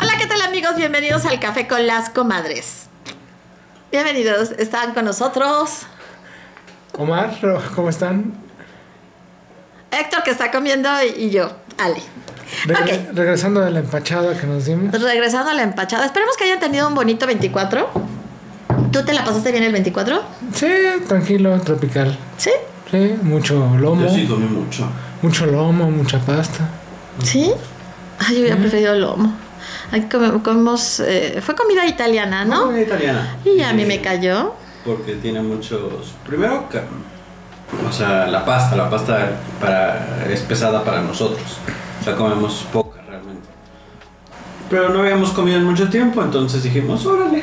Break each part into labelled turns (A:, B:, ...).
A: Hola, ¿qué tal amigos? Bienvenidos al Café con las Comadres. Bienvenidos, están con nosotros
B: Omar, ¿cómo están?
A: Héctor que está comiendo y, y yo, Ale.
B: Regre-
A: Ok.
B: Regresando de la empachada que nos dimos.
A: Regresando a la empachada, esperemos que hayan tenido un bonito 24. ¿Tú te la pasaste bien el 24?
B: Sí, tranquilo, tropical.
A: ¿Sí?
B: Sí, mucho lomo,
C: Yo sí comí mucho.
B: mucho lomo, mucha pasta.
A: ¿Sí? Ay, yo hubiera preferido lomo. Ay, come- comimos, eh, fue comida italiana, ¿no?
C: Comida italiana.
A: Y a mí
C: Eh,
A: me cayó.
C: Porque tiene muchos. Primero, ca- o sea, la pasta. La pasta para, es pesada para nosotros. O sea, comemos poca realmente. Pero no habíamos comido en mucho tiempo, entonces dijimos, órale.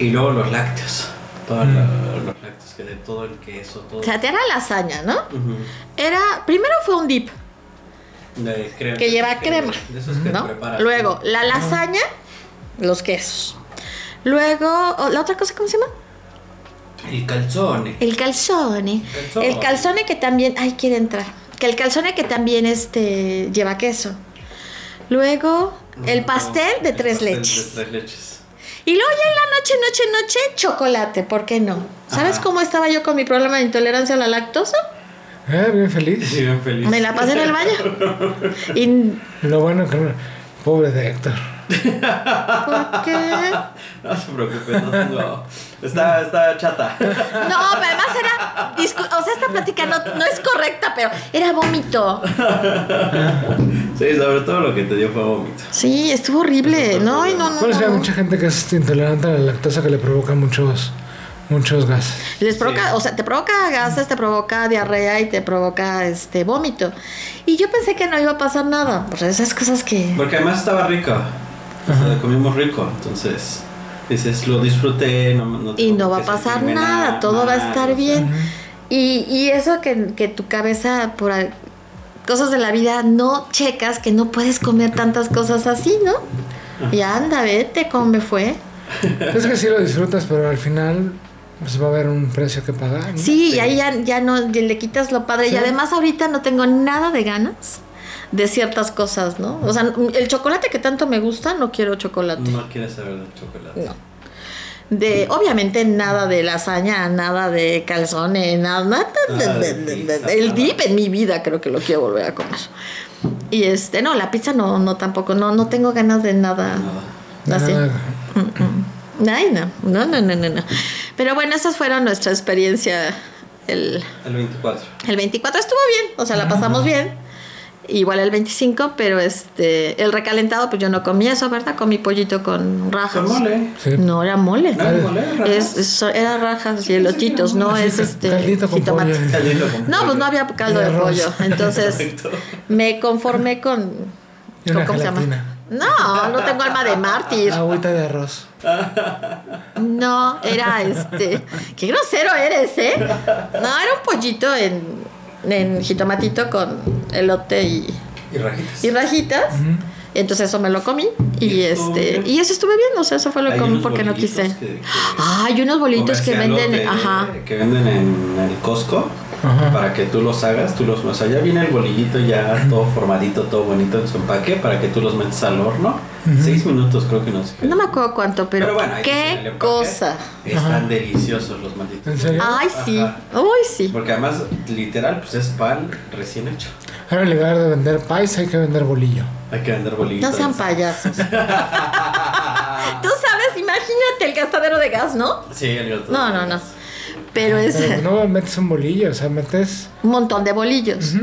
C: Y luego los lácteos. Todos lo- los lácteos que de todo el queso, todo.
A: O sea, te era lasaña, ¿no?
C: Ujú.
A: Era, primero fue un dip.
C: De crema.
A: Que lleva crema,
C: De esos que
A: ¿no?
C: preparas.
A: Luego, la lasaña, los quesos. Luego, o- la otra cosa, ¿cómo se llama?
C: El calzone.
A: El calzone.
C: Calzone.
A: El calzone que también, ay, quiere entrar. Que el calzone que también este, lleva queso. Luego, el pastel de
C: El
A: tres
C: pastel
A: leches.
C: De tres leches.
A: Y luego ya en la noche, noche, noche, chocolate, ¿por qué no? ¿Sabes
C: Ajá.
A: cómo estaba yo con mi problema de intolerancia a la lactosa?
B: Eh, bien feliz.
C: Sí, bien feliz.
A: Me la pasé en el baño. Y,
B: Lo bueno que no- Pobre de Héctor.
A: ¿Por qué?
C: No se preocupe, no tengo. Está, está chata.
A: No, pero además era. discu- O sea, esta plática no, no es correcta, pero era vómito.
C: Sí, sobre todo lo que te dio fue vómito.
A: Sí, estuvo horrible. No, y no, no.
B: Bueno, es que hay
A: no.
B: mucha gente que es intolerante a la lactosa que le provoca muchos, muchos gases.
A: Les provoca,
C: Sí.
A: o sea, te provoca gases, te provoca diarrea y te provoca este vómito. Y yo pensé que no iba a pasar nada. Pues esas cosas que.
C: Porque además estaba rico. O sea, comimos rico, entonces. Dices, lo disfruté, no, no
A: Y
C: tengo
A: no va a
C: que
A: pasar
C: sentirme
A: nada, todo va a
C: mal,
A: estar
C: o sea.
A: bien. Y, y eso que, que tu cabeza, por al- cosas de la vida, no checas que no puedes comer tantas cosas así, ¿no? Y anda, vete, cómo me fue.
B: Es que sí lo disfrutas, pero al final pues va a haber un precio que pagar. ¿no?
A: Sí, y ahí ya, ya no ya le quitas lo padre. Y
B: Sí.
A: además ahorita no tengo nada de ganas de ciertas cosas, ¿no? O sea, el chocolate que tanto me gusta, no quiero chocolate.
C: No quieres saber del
B: Mm.
C: chocolate.
A: No. De, obviamente nada de lasaña, nada de calzones, nada, nada
B: Ah,
C: Nada
A: de-
C: de
A: de- de-
C: pizza,
A: de- el
C: nada.
A: dip en mi vida creo que lo quiero volver a comer. Y este, no, la pizza no, no tampoco, no, no tengo ganas de nada.
C: Nada.
A: así.
B: Nada.
A: Ay, no, no, no, no, no, no. Pero bueno, esas fueron nuestra experiencia el,
C: El 24.
A: el 24 estuvo bien, o sea, la pasamos bien. Igual el 25, pero este, el recalentado, pues yo no comí eso, ¿verdad? Comí pollito con rajas.
C: Con mole.
B: Sí.
A: No, era mole.
C: No, con mole, rajas.
A: Es- es- era rajas y elotitos, no es este
B: Caldito con
A: jitomate.
B: pollo.
C: Caldito con
A: No, pues no había caldo
B: Y
A: de
B: arroz.
A: pollo. Entonces
C: Exacto.
A: me conformé con.
B: Y una
A: con-
B: gelatina. Ah,
A: No, no tengo alma de mártir.
B: Agüita de arroz.
A: No, era este. Qué grosero eres, ¿eh? No, era un pollito en, en jitomatito con elote y,
C: Y rajitas.
A: y rajitas. Y entonces eso me lo comí. Y,
C: Y estuvo
A: este.
C: bien.
A: Y eso estuve bien, o sea, eso fue lo que
C: Hay
A: comí
C: unos
A: porque no
C: bolillitos
A: quise.
C: que- que-
A: Ay, unos bolitos que
C: comercialote,
A: venden. Ajá.
C: Que venden en el Costco.
B: Ajá.
C: Para que tú los hagas, tú los. O sea, ya viene el bolillito ya todo formadito, todo bonito en su empaque. Para que tú los metas al horno. Seis minutos creo que nos
A: No me acuerdo cuánto, pero,
C: bueno, ahí tienen el
A: qué
C: empaque.
A: cosa.
C: Están
B: Ajá.
C: deliciosos los malditos.
B: ¿En serio?
A: Ay,
C: ¿Eh? Ajá.
A: sí. Uy, sí.
C: Porque además, literal, pues es pan recién hecho.
B: Ahora en lugar de vender pais hay que vender bolillo.
C: Hay que vender bolillitos.
A: No sean payasos. Tú sabes, imagínate el gastadero de gas, ¿no?
C: Sí, el gato.
A: No, no, no. Pero es
B: Pero Eh, no metes un bolillo, o sea, metes...
A: un montón de bolillos.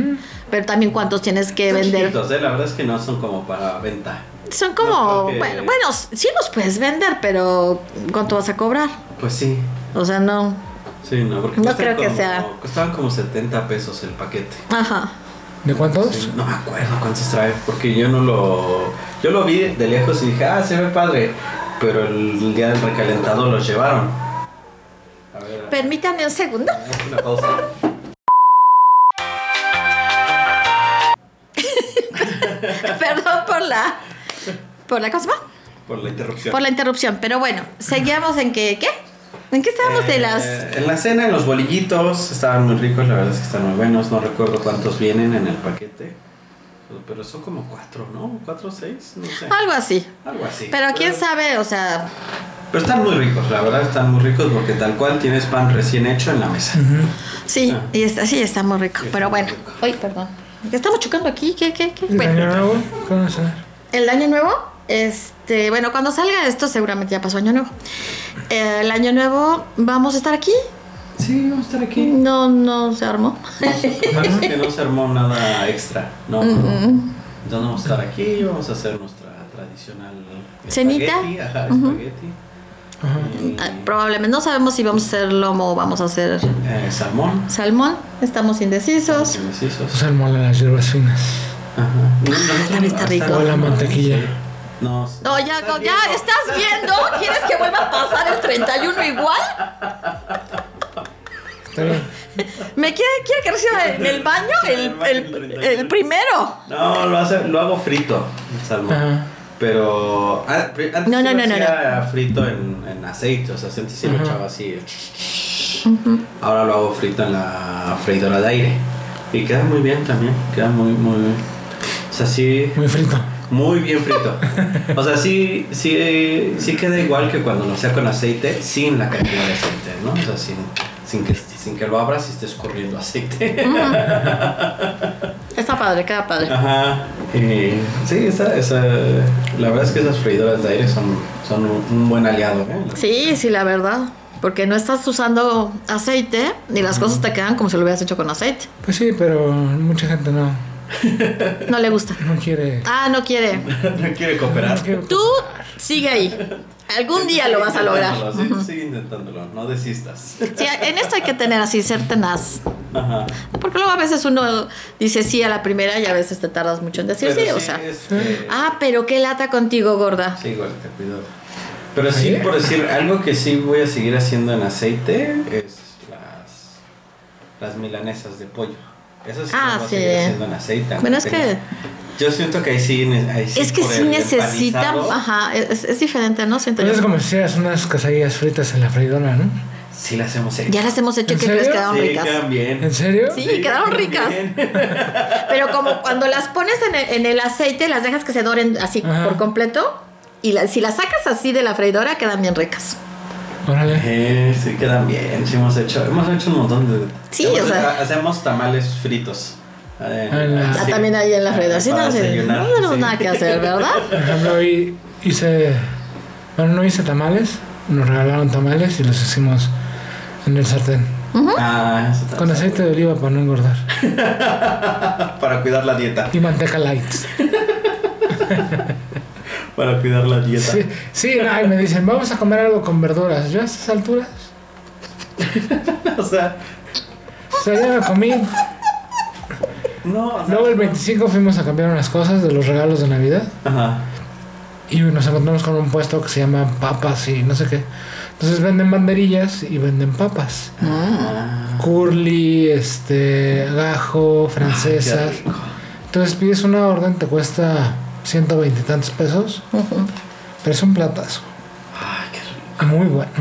A: Pero también cuántos tienes que
C: Son
A: vender.
C: chiquitos, eh, La verdad es que no son como para venta.
A: Son como,
C: No, porque-
A: bueno, bueno, sí los puedes vender, pero ¿cuánto vas a cobrar?
C: Pues sí.
A: O sea, no.
C: Sí, no, porque
A: No
C: cuestan
A: creo que
C: como-
A: sea.
C: Costaban como 70 pesos el paquete.
A: Ajá.
B: ¿De cuántos?
C: Sí, No me acuerdo cuántos trae, porque yo no lo. Yo lo vi de lejos y dije, ah, se ve padre. Pero el día del recalentado los llevaron. A ver,
A: Permítame un segundo.
C: haz una pausa.
A: Perdón por la. ¿Por la cosa?
C: Por la interrupción.
A: Por la interrupción. Pero bueno, seguíamos en que. ¿Qué? ¿En qué estábamos de
C: Eh,
A: las.?
C: En la cena, en los bolillitos, estaban muy ricos, la verdad es que están muy buenos. No recuerdo cuántos vienen en el paquete. Pero son como cuatro, ¿no? ¿Cuatro, seis? No sé.
A: Algo así.
C: Algo así.
A: Pero quién sabe, o sea,
C: Pero están muy ricos, la verdad están muy ricos porque tal cual tienes pan recién hecho en la mesa.
A: sí,
C: Ah.
A: y está, sí, está muy rico.
C: Está
A: Pero
C: muy
A: bueno,
C: rico.
A: hoy, perdón. ¿Qué Estamos chocando aquí, ¿qué, qué, qué?
B: ¿El
A: Bueno,
B: año nuevo? ¿Qué vamos a hacer?
A: el año nuevo, este, bueno, cuando salga esto seguramente ya pasó año nuevo. Eh, El año nuevo, ¿vamos a estar aquí?
C: Sí, vamos a estar aquí.
A: No, no se armó.
C: Parece que no se armó nada extra, ¿no?
A: Mm,
C: Entonces vamos a estar aquí, vamos a hacer nuestra tradicional
A: ¿Cenita?
C: espagueti, ajá, espagueti.
B: Ajá.
C: Y,
A: ah, Probablemente, no sabemos si vamos a hacer lomo o vamos a hacer
C: eh, salmón.
A: salmón, estamos indecisos.
C: Indecisos.
B: Salmón a Pues las hierbas finas.
C: Ajá. Nosotros-
A: también está rico.
B: O la ah, mantequilla.
C: No,
A: No, ya, ya,
C: Está rico.
A: ¿estás viendo? ¿Quieres que vuelva a pasar el 31 igual?
B: Está bien.
A: ¿Me quiere, quiere que reciba en el baño el, el- el primero?
C: No, lo, hace- lo hago frito, el salmón.
B: Ajá.
C: Pero ah, pri- antes
A: No, no,
C: sí lo
A: no, no,
C: hacía frito en, en aceite, o sea, antes sí lo
B: Ajá.
C: echaba así. eh. Ahora lo hago frito en la freidora de aire. Y queda muy bien también, queda muy, muy bien. O sea, sí,
B: Muy frito.
C: muy bien frito. O sea, sí, sí, sí queda igual que cuando lo hacía con aceite, sin la cantidad de aceite, ¿no? O sea, sin, sin, que, sin que lo abras y esté escurriendo aceite.
A: Está padre, queda padre.
C: Ajá. Y, sí, esa, esa, la verdad es que esas freidoras de aire son, son un, un buen aliado. ¿eh?
A: Sí, sí, la verdad. Porque no estás usando aceite y las cosas te quedan como si lo hubieras hecho con aceite.
B: Pues sí, pero mucha gente no,
A: No le gusta.
B: no quiere.
A: Ah, no quiere.
C: no quiere cooperar.
B: no quiere-
A: Tú sigue ahí. Algún día lo vas a lograr.
C: Sigue intentándolo, sí, sigue intentándolo, no desistas.
A: Sí, en esto hay que tener así, ser tenaz.
C: Ajá.
A: Porque luego a veces uno dice sí a la primera y a veces te tardas mucho en decir
C: Pero
A: sí, o sea.
C: este,
A: Ah, pero qué lata contigo, gorda.
C: Sí, igual te cuido. Pero sí,
B: Ahí.
C: por decir, algo que sí voy a seguir haciendo en aceite es las, las milanesas de pollo. Eso sí,
A: Ah,
C: lo voy a
A: sí.
C: seguir haciendo en aceite.
A: Bueno, es
C: aunque
A: que-
C: tenga- Yo siento que ahí sí. ne- ahí
A: Es que
C: por
A: sí
C: el
A: necesita,
C: empanizado,
A: ajá, es, es diferente, ¿no? Siento
B: Pues
A: yo.
B: es como si hicieras unas quesadillas fritas en la freidora, ¿no?
C: Sí, las hemos hecho.
A: Ya las hemos hecho,
B: ¿En
A: que crees
B: serio?
A: quedaron
C: sí,
A: ricas.
C: quedan bien.
B: ¿En serio?
A: Sí, quedaron ricas.
C: bien.
A: Pero como cuando las pones en el, en el aceite, las dejas que se doren así
B: Ajá.
A: por completo. Y la- si las sacas así de la freidora, quedan bien ricas.
B: Órale.
C: Eh, sí, quedan bien. Sí, hemos hecho, hemos hecho un montón de.
A: Sí,
C: hemos-
A: o sea-
C: Hacemos tamales fritos. Eh,
B: Ah, en la-
A: Ah,
C: sí.
A: también ahí en la freidora. Sí,
C: Para
A: no, sí,
C: desayunar,
A: no tenemos
C: sí.
A: nada que hacer, ¿verdad?
B: Por ejemplo, hoy hice. Bueno, no hice tamales. Nos regalaron tamales y los hicimos en el sartén.
C: Ah, eso está-
B: Con aceite de oliva para no engordar.
C: Para cuidar la dieta.
B: Y manteca light.
C: Para cuidar la dieta.
B: Sí, sí no, y me dicen, vamos a comer algo con verduras. Yo a estas alturas.
C: O sea,
B: O sea, ya me comí.
C: no. o sea,
B: Luego el 25 fuimos a cambiar unas cosas de los regalos de Navidad.
C: Ajá.
B: Y nos encontramos con un puesto que se llama Papas y no sé qué. Entonces venden banderillas y venden papas.
A: Mm.
C: Ah,
B: Curly, este, gajo, francesas.
C: Qué rico.
B: Entonces pides una orden, te cuesta 120 y tantos pesos. Pero es un platazo.
C: Ay, qué rico.
B: Y Muy bueno.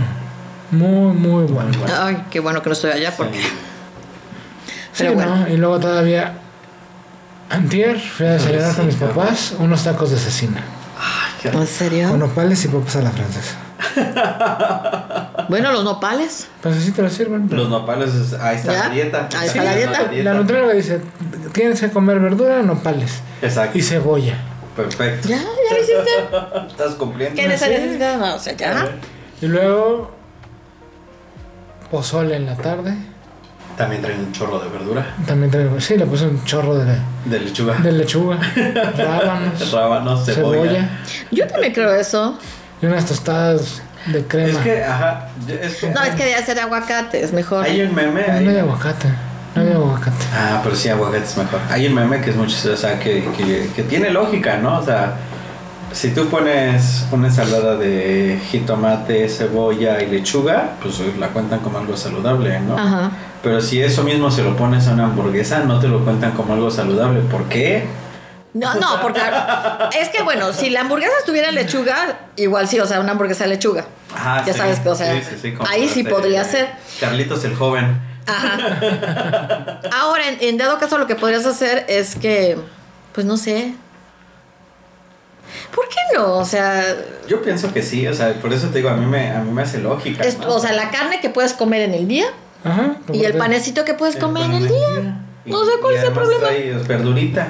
B: Muy, muy bueno.
C: Bueno,
A: Ay, qué bueno que no estoy allá porque...
C: sí.
B: Sí,
A: Pero bueno.
B: ¿no? Y luego todavía... Antier fui a desayunar con mis
C: Pobrecito.
B: papás unos tacos de cecina.
C: Ay, qué rico.
A: ¿En
B: Con
A: serio?
B: nopales y papas a la francesa.
A: Bueno, los nopales.
B: Pues así te lo sirven. pero-
C: Los nopales, es- ahí está
A: ¿Ya?
C: la dieta.
A: Ahí está la dieta.
B: La nutrióloga dice, tienes que comer verdura, nopales
C: Exacto.
B: y cebolla.
C: Perfecto.
A: ¿Ya? ¿Ya lo hiciste?
C: Estás cumpliendo.
A: ¿Qué
B: sé.
A: necesitas? No, o sea, ya.
B: Y luego pozole en la tarde.
C: También traen un chorro de verdura.
B: También traigo, sí, le puse un chorro de,
C: De lechuga.
B: de lechuga, rábanos,
C: Rábanos,
B: cebolla.
C: cebolla.
A: Yo también creo eso.
B: y unas tostadas de
C: Es
B: crema.
C: que, ajá. yo- Es que,
A: No, es que de hacer aguacate es mejor.
C: Hay un meme.
B: No
C: hay-
B: hay aguacate, no hay aguacate.
C: Ah, pero sí, aguacate es mejor. Hay un meme que es mucho, o sea, que, que, que tiene lógica, ¿no? O sea, si tú pones una ensalada de jitomate, cebolla y lechuga, pues eh, la cuentan como algo saludable, ¿no?
A: Ajá.
C: Pero si eso mismo se lo pones a una hamburguesa, no te lo cuentan como algo saludable. ¿Por qué?
A: No, no, porque es que bueno, si la hamburguesa estuviera en lechuga, igual sí, o sea, una hamburguesa de lechuga.
C: Ajá,
A: ya
C: sí,
A: sabes que, o sea,
C: sí, sí, sí, como
A: ahí sí
C: este,
A: podría ser.
C: Carlitos el joven.
A: Ajá. Ahora, en, en dado caso, lo que podrías hacer es que Pues no sé. ¿Por qué no? O sea,
C: Yo pienso que sí, o sea, por eso te digo, a mí me, a mí me hace lógica.
A: es-
C: ¿no?
A: o sea, la carne que puedes comer en el día
B: Ajá.
A: y el panecito que puedes comer en el día. No sé cuál es el
C: además
A: problema.
C: trae, es verdurita.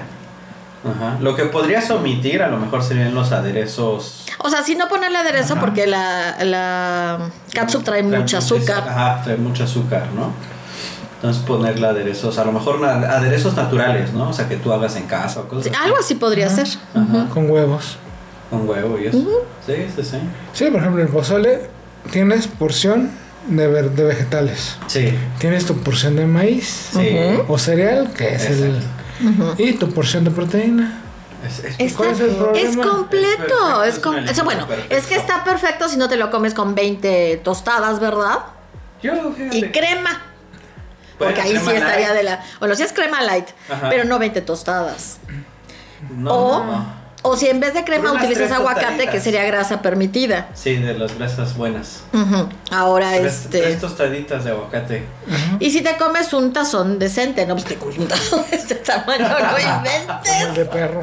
C: Ajá. Lo que podrías omitir a lo mejor serían los aderezos.
A: O sea, si no ponerle aderezo
C: Ajá.
A: porque la, la catsup trae mucho azúcar.
C: Ajá, trae mucho azúcar, ¿no? Entonces ponerle aderezos, a lo mejor na- aderezos naturales, ¿no? O sea, que tú hagas en casa o cosas
A: Sí,
C: así.
A: algo así podría
B: Ajá.
A: ser.
C: Ajá.
B: Con huevos.
C: Con huevo y eso. Sí, sí, sí.
B: Sí, por ejemplo, el pozole tienes porción de, ver- de vegetales.
C: Sí,
B: Tienes tu porción de maíz
C: sí.
A: Ujú.
B: o cereal, que es el.
C: Exacto.
A: Ujú.
B: Y tu porción de proteína.
C: Es- es-
A: Está-
B: ¿Cuál es el
A: es
B: problema?
C: Es perfecto,
A: completo. Es
C: es
A: com-
C: un alimento
A: eso, bueno,
C: perfecto.
A: es que está perfecto si no te lo comes con 20 tostadas, ¿verdad?
C: Yo, fíjate.
A: Y crema.
C: Bueno,
A: Porque ahí sí
C: crema
A: estaría
C: light.
A: de la. Bueno, si es crema light,
C: Ajá.
A: pero no 20 tostadas.
C: No,
A: o,
C: no, no.
A: o si en vez de crema
C: Pero unas
A: utilizas
C: tres
A: aguacate,
C: tostaditas.
A: que sería grasa permitida.
C: Sí, de las grasas buenas.
A: Ujú. Ahora,
C: Tres,
A: este.
C: tres tostaditas de aguacate.
A: Y si te comes un tazón decente, no, pues te comes un tazón de este tamaño, no inventes.
B: El de perro.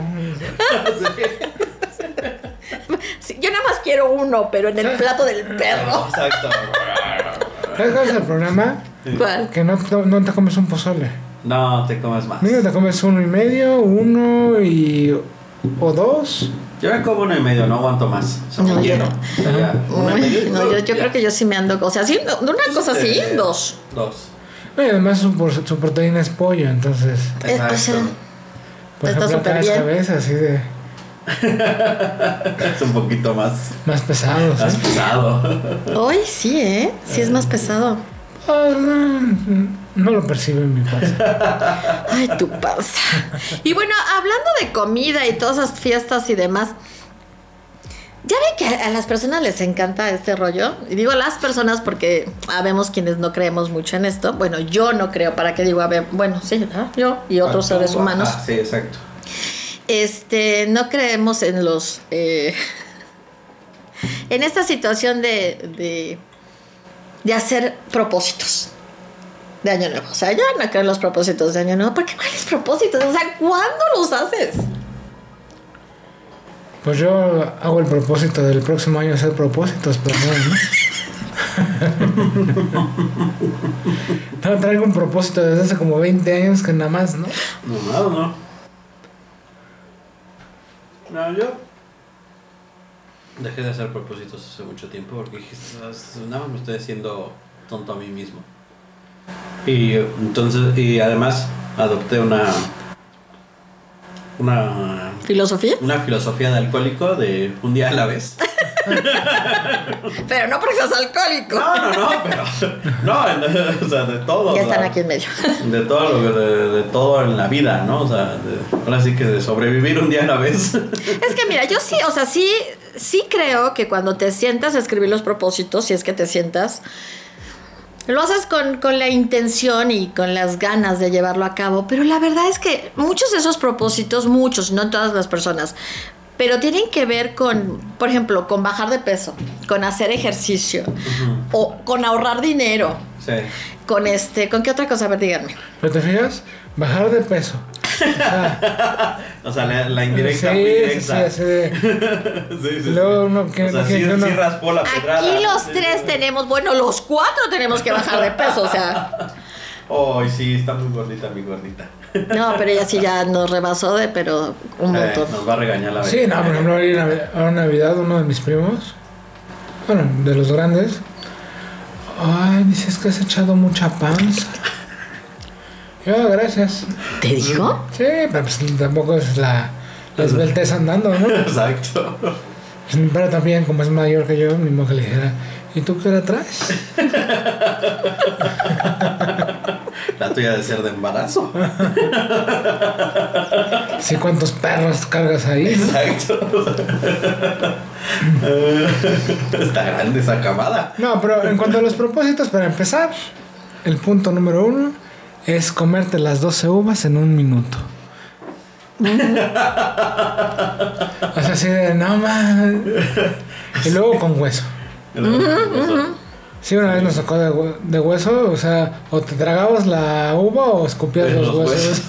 A: Sí, yo nada más quiero uno, pero en el plato del perro.
C: Exacto.
B: ¿Sabes cuál es el problema?
A: ¿Cuál?
B: Que no, no- no te comes un pozole.
C: No, te comes más.
B: Mira, te comes uno y medio, uno y. o dos.
C: Yo me como uno y medio, no aguanto más. O sea,
A: No,
C: no,
A: yo
C: quiero.
A: no.
C: Ya, uno y
A: Uy,
C: medio,
A: no, yo, yo
C: ya.
A: creo que yo sí me ando. O sea, sí, no, una cosa así,
C: Eh,
A: dos.
C: Dos.
B: No, y además su, por- su proteína es pollo, entonces.
A: Eh, o
C: Exacto.
A: sea,
B: Por
A: Está
B: ejemplo,
A: súper
B: acá es
A: bien.
B: cabeza así de.
C: Es un poquito más,
B: más pesado.
C: más
B: ¿sí?
C: pesado.
A: Hoy sí, ¿eh? Sí es más pesado.
B: Ah, no, no lo percibe en mi casa.
A: Ay, tu panza. Y bueno, hablando de comida y todas esas fiestas y demás, ya ven que a las personas les encanta este rollo. Y digo las personas porque habemos quienes no creemos mucho en esto. Bueno, yo no creo, ¿para qué digo? A ver, bueno, sí, ¿verdad? yo y otros seres humanos.
C: Ah, sí, exacto.
A: Este, no creemos en los. eh, en esta situación de, de. de hacer propósitos de Año Nuevo. O sea, yo no creo en los propósitos de Año Nuevo. ¿Por qué cuáles propósitos? O sea, ¿cuándo los haces?
B: Pues yo hago el propósito del próximo año hacer propósitos, pero no, ¿no? No, traigo un propósito desde hace como 20 años que nada más, ¿no?
C: No, no, no. No, yo. Dejé de hacer propósitos hace mucho tiempo porque dije, "Estás- nada más me estoy haciendo tonto a mí mismo. Y eh, entonces, y además adopté una. Una.
A: ¿Filosofía?
C: Una filosofía de alcohólico de un día a la vez.
A: Pero no porque seas alcohólico.
C: No, no, no, pero. No, o sea, de todo.
A: ya están
C: la-
A: aquí en medio.
C: De todo lo que- de, de todo en la vida, ¿no? O sea, de- ahora sí que de sobrevivir un día a la vez.
A: Es que mira, yo sí, o sea, sí, sí creo que cuando te sientas a escribir los propósitos, si es que te sientas, lo haces con, con la intención y con las ganas de llevarlo a cabo, pero la verdad es que muchos de esos propósitos, muchos, no en todas las personas, pero tienen que ver con, por ejemplo, con bajar de peso, con hacer ejercicio, o con ahorrar dinero,
C: Sí.
A: con este, ¿con qué otra cosa? A ver, díganme.
B: Pero te fijas, bajar de peso.
C: O sea, la, la indirecta
B: sí,
C: muy
B: sí, sí,
C: directa.
B: así de-
C: Sí, sí,
B: Luego uno que-
C: o sea,
B: que-
C: sí,
B: que uno-
C: sí raspó la pedrada.
A: Aquí los
C: Sí,
A: tres
C: sí.
A: tenemos, bueno, los cuatro tenemos que bajar de peso, o sea.
C: Ay, sí, está muy gordita, mi gordita.
A: No, pero ella sí ya nos rebasó de, pero un
C: Eh,
A: montón.
C: nos va a regañar la
B: Sí, no, por ejemplo, ahora en Nav- ahora en Navidad uno de mis primos, bueno, de los grandes, ay, dices que has echado mucha panza. Yo, "Ah, gracias.
A: ¿Te dijo?
B: Sí, pero pues tampoco es la, la esbeltez andando, ¿no?
C: Exacto.
B: Pero también, como es mayor que yo, mi modo que le dijera, ¿y tú qué hora traes?
C: La tuya de ser de embarazo.
B: Sí, ¿cuántos perros cargas ahí? no?
C: Exacto. Eh, está grande esa camada.
B: No, pero en cuanto a los propósitos, para empezar, el punto número uno es comerte las 12 uvas en un minuto. O sea, así de, no man. Y luego con hueso. Sí, una vez nos sacó de, hue- de hueso,
C: Pues
B: o sea, o te tragabas la uva o escupías
C: Pero
B: los,
C: los
B: huesos.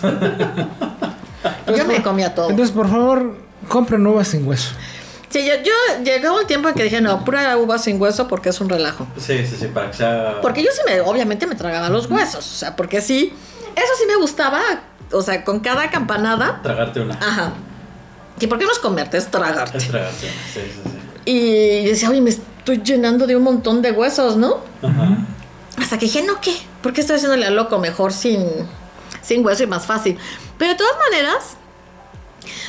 A: Yo me comía todo.
B: Entonces, por favor, compren uvas sin hueso.
A: Sí, yo, yo llegó un tiempo en que dije, no, pura uva sin hueso porque es un relajo.
C: Sí, sí, sí, para que sea.
A: Porque yo sí me, obviamente me tragaba los huesos, o sea, porque sí, eso sí me gustaba, o sea, con cada campanada,
C: Tragarte una.
A: ajá. ¿Y por qué no es comerte? Es tragarte.
C: Es tragarte una. Sí, sí, sí.
A: Y yo decía, oye, me estoy llenando de un montón de huesos, ¿no?
C: Ajá.
A: Hasta que dije, no, ¿qué? ¿Por qué estoy haciéndole a loco mejor sin, sin hueso y más fácil? Pero de todas maneras,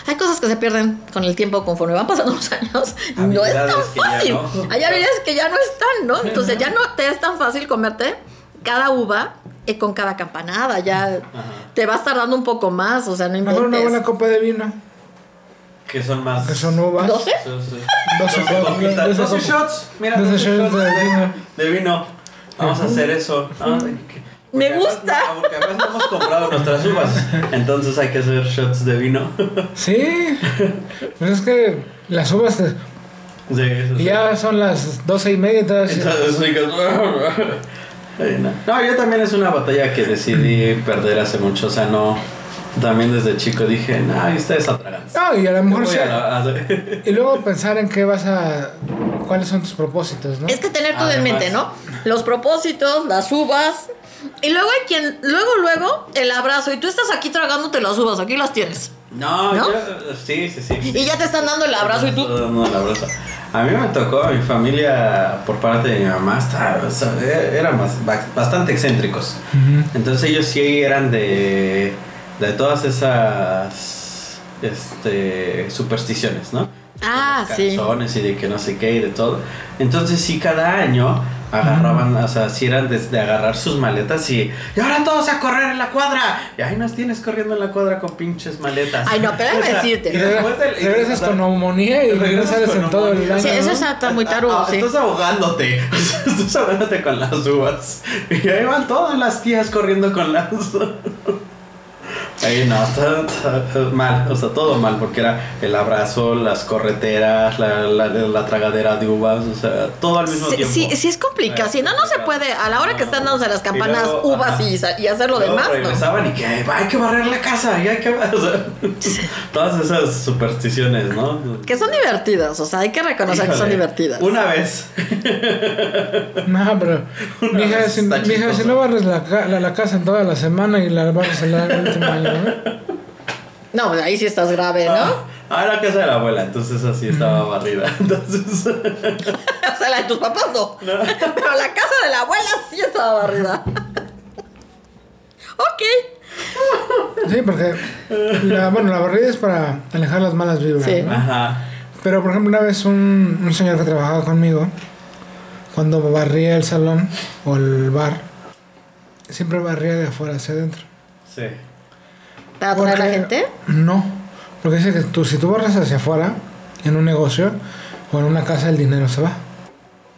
A: hay cosas que se pierden con el tiempo conforme van pasando los años. No es tan
C: Habilidades que ya
A: fácil.
C: no.
A: Hay habilidades que ya no están, ¿no? Entonces
C: ¿no?
A: ya no te es tan fácil comerte cada uva eh, con cada campanada. Ya
C: Ajá.
A: te vas tardando un poco más, o sea, no
B: Mejor una buena
A: inventes.
B: copa de vino,
C: Que son más.
B: que son uvas.
A: ¿Doce?
C: Son- son-
B: Doce
C: son
B: copas,
C: copitas.
B: doce
C: Doce
B: copas.
C: shots. Mira,
B: Doce
C: doce
B: shots de
C: de
B: vino.
C: de vino. Vamos a hacer eso. Ay, que-
A: Me
C: porque a veces-
A: gusta.
C: Porque a veces no hemos comprado nuestras uvas. Entonces hay que hacer shots de vino.
B: Sí. Pero es que las uvas te-
C: Sí, eso sí.
B: ya son las doce y media. y todavía-
C: Entonces, digo, Ay, no. No, yo también es una batalla que decidí perder hace mucho. O sea, no. También desde chico dije, nah, ustedes atragan.
B: No, y a lo mejor sí.
C: Sí,
B: Y luego pensar en qué vas a. ¿Cuáles son tus propósitos, no?
A: Es que tener todo en
C: Además.
A: mente, ¿no? Los propósitos, las uvas. Y luego hay quien, luego, luego, el abrazo. Y tú estás aquí tragándote las uvas, aquí las tienes.
C: no,
A: ¿No?
C: yo- sí, sí, sí.
A: Y ya te están dando el abrazo y tú.
C: Todo el mundo el abrazo. A mí me tocó, mi familia por parte de mi mamá está- o sea, e- eran más- ba- bastante excéntricos.
B: Ujú.
C: Entonces ellos sí eran de, de todas esas este, supersticiones, ¿no?
A: Ah,
C: Los
A: sí.
C: calzones y de que no sé qué y de todo. Entonces sí, cada año agarraban,
A: Mm.
C: o sea, sí eran de, de agarrar sus maletas y, y ahora todos a correr en la cuadra. Y ahí nos tienes corriendo en la cuadra con pinches maletas.
A: Ay, no, pero déjame
C: O sea,
A: decirte.
C: y después del- y-
B: Regresas
C: o sea,
B: con neumonía y
C: regresas
B: regresas
C: con
B: en todo el
C: neumonía.
B: año.
A: Sí, eso
B: ¿no?
A: es está muy tarugo,
C: Ah,
A: sí.
C: Estás ahogándote. Estás ahogándote con las uvas. Y ahí van todas las tías corriendo con las Ahí no, está, está mal, o sea, todo mal, porque era el abrazo, las correteras, la, la- la tragadera de uvas, o sea, todo al mismo
A: Sí,
C: tiempo.
A: sí, sí es complicado. Si no, no se puede. A la hora que están dándose las campanas,
C: Y luego,
A: uvas
C: ajá.
A: y, sa- y hacer lo
C: Luego
A: demás, ¿no?
C: regresaban y que "Ay, hay que barrer la casa, y hay que... o sea, todas esas supersticiones, ¿no?
A: Que son divertidas, o sea, hay que reconocer que son
C: Híjole,
A: divertidas.
C: Una vez
B: No, pero.
C: Una
B: Mija,
C: vez
B: si,
C: está
B: mija, si
C: chistoso.
B: no barres la, ca- la, la casa en toda la semana y la barres el año- el último año, ¿no?
A: No, pues, ahí sí estás grave,
C: Ah,
A: ¿no?
C: Ah, era casa de la abuela, entonces así estaba barrida. Entonces,
A: o sea, la de tus papás no. Pero la casa de la abuela sí estaba barrida. ok.
B: Sí, porque. La, bueno, la barrida es para alejar las malas vibras.
A: Sí.
B: ¿no?
C: ajá.
B: Pero, por ejemplo, una vez un, un señor que trabajaba conmigo, cuando barría el salón o el bar, siempre barría de afuera hacia adentro.
C: Sí.
A: ¿Para atraer a la
B: Porque-
A: gente?
B: No, porque dice que tú, si tú barras hacia afuera, en un negocio o en una casa, el dinero se va.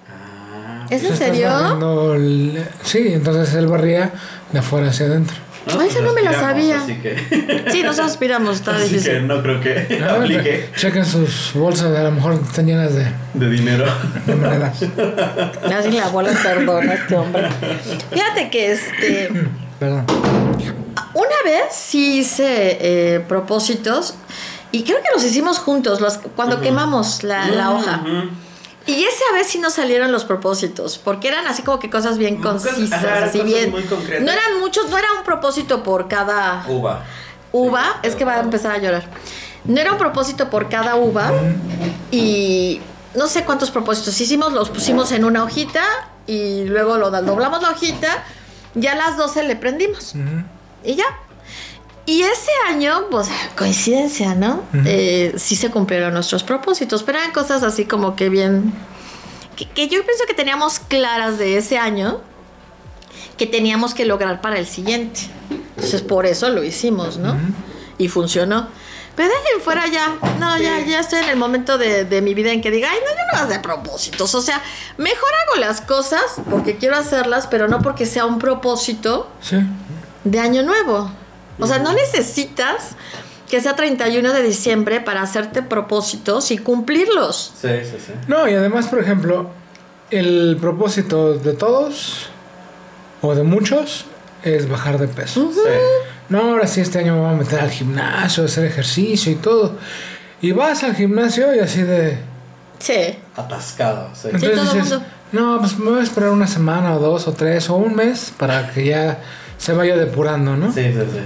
C: Ah.
A: ¿Es en
B: Entonces, estás
A: serio?
B: barriendo el- sí, entonces él barría de afuera hacia adentro.
A: Ay, esa no me la
C: Aspiramos,
A: sabía.
C: Así que,
A: Sí, nos aspiramos, está
C: así que
A: difícil.
C: no creo que
B: Ah,
C: aplique
B: Chequen sus bolsas, a lo mejor están llenas de,
C: de dinero.
B: de monedas.
A: Así la abuela perdona a este hombre. Fíjate que este.
B: Perdón.
A: Una vez sí hice eh, propósitos y creo que los hicimos juntos, los, cuando quemamos la,
C: Mm.
A: la hoja.
C: Ujú.
A: Y esa vez sí nos salieron los propósitos, porque eran así como que cosas bien
C: Muy cosas-
A: concisas,
C: ajá,
A: así
C: cosas
A: bien.
C: muy concretas.
A: no eran muchos, no era un propósito por cada
C: Uva.
A: uva,
C: Sí,
A: es que va a empezar a llorar. No era un propósito por cada uva y no sé cuántos propósitos hicimos, los pusimos en una hojita y luego lo da- doblamos la hojita, ya a las 12 le prendimos
B: Ujú.
A: y ya. Y ese año, pues coincidencia, ¿no?
B: Ujú.
A: Eh, sí se cumplieron nuestros propósitos, pero eran cosas así como que bien, que, que yo pienso que teníamos claras de ese año que teníamos que lograr para el siguiente. Entonces por eso lo hicimos, ¿no? Y funcionó. Pero de ahí en fuera ya, no, ya, ya estoy en el momento de, de mi vida en que diga, ay, no, yo no hago de propósitos. O sea, mejor hago las cosas porque quiero hacerlas, pero no porque sea un propósito
B: Sí.
A: de año nuevo. O sea, no necesitas que sea 31 de diciembre para hacerte propósitos y cumplirlos.
C: Sí, sí, sí.
B: No, y además, por ejemplo, el propósito de todos o de muchos es bajar de peso.
C: Sí.
B: no, ahora sí este año me voy a meter al gimnasio, a hacer ejercicio y todo. Y vas al gimnasio y así de...
A: Sí.
C: Atascado. sí.
A: Sí, todo mundo.
B: no, pues me voy a esperar una semana o dos o tres o un mes para que ya se vaya depurando, ¿no?
C: Sí, sí, sí.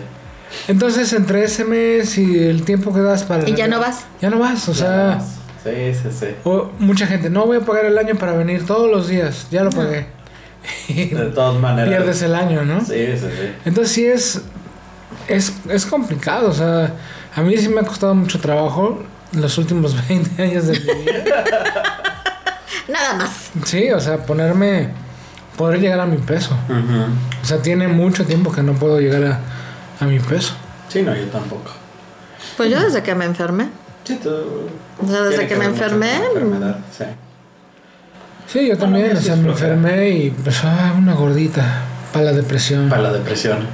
B: Entonces entre ese mes y el tiempo que das para...
A: Y ya no vas.
B: Ya no vas, o
C: Ya
B: sea...
C: más. Sí, sí, sí.
B: o mucha gente, no voy a pagar el año para venir todos los días, ya lo pagué.
C: De todas maneras.
B: Pierdes el año, ¿no?
C: Sí, sí, sí.
B: Entonces sí es, es, es complicado, o sea, a mí sí me ha costado mucho trabajo los últimos 20 años de mi vida.
A: Nada más.
B: Sí, o sea, ponerme, poder llegar a mi peso.
C: Ujú.
B: O sea, tiene mucho tiempo que no puedo llegar a, a mi peso.
C: Sí, no, yo tampoco.
A: Pues yo desde que me enfermé.
C: Sí, tú.
A: O sea, desde
C: Tiene
A: que me
C: ver mucho con
A: enfermé.
C: la enfermedad, sí.
B: Sí, yo
C: Bueno,
B: también,
C: mira,
B: o
C: sí
B: sea,
C: es
B: me
C: flojera.
B: enfermé y pues, ah, una gordita para la depresión.
C: Para la depresión.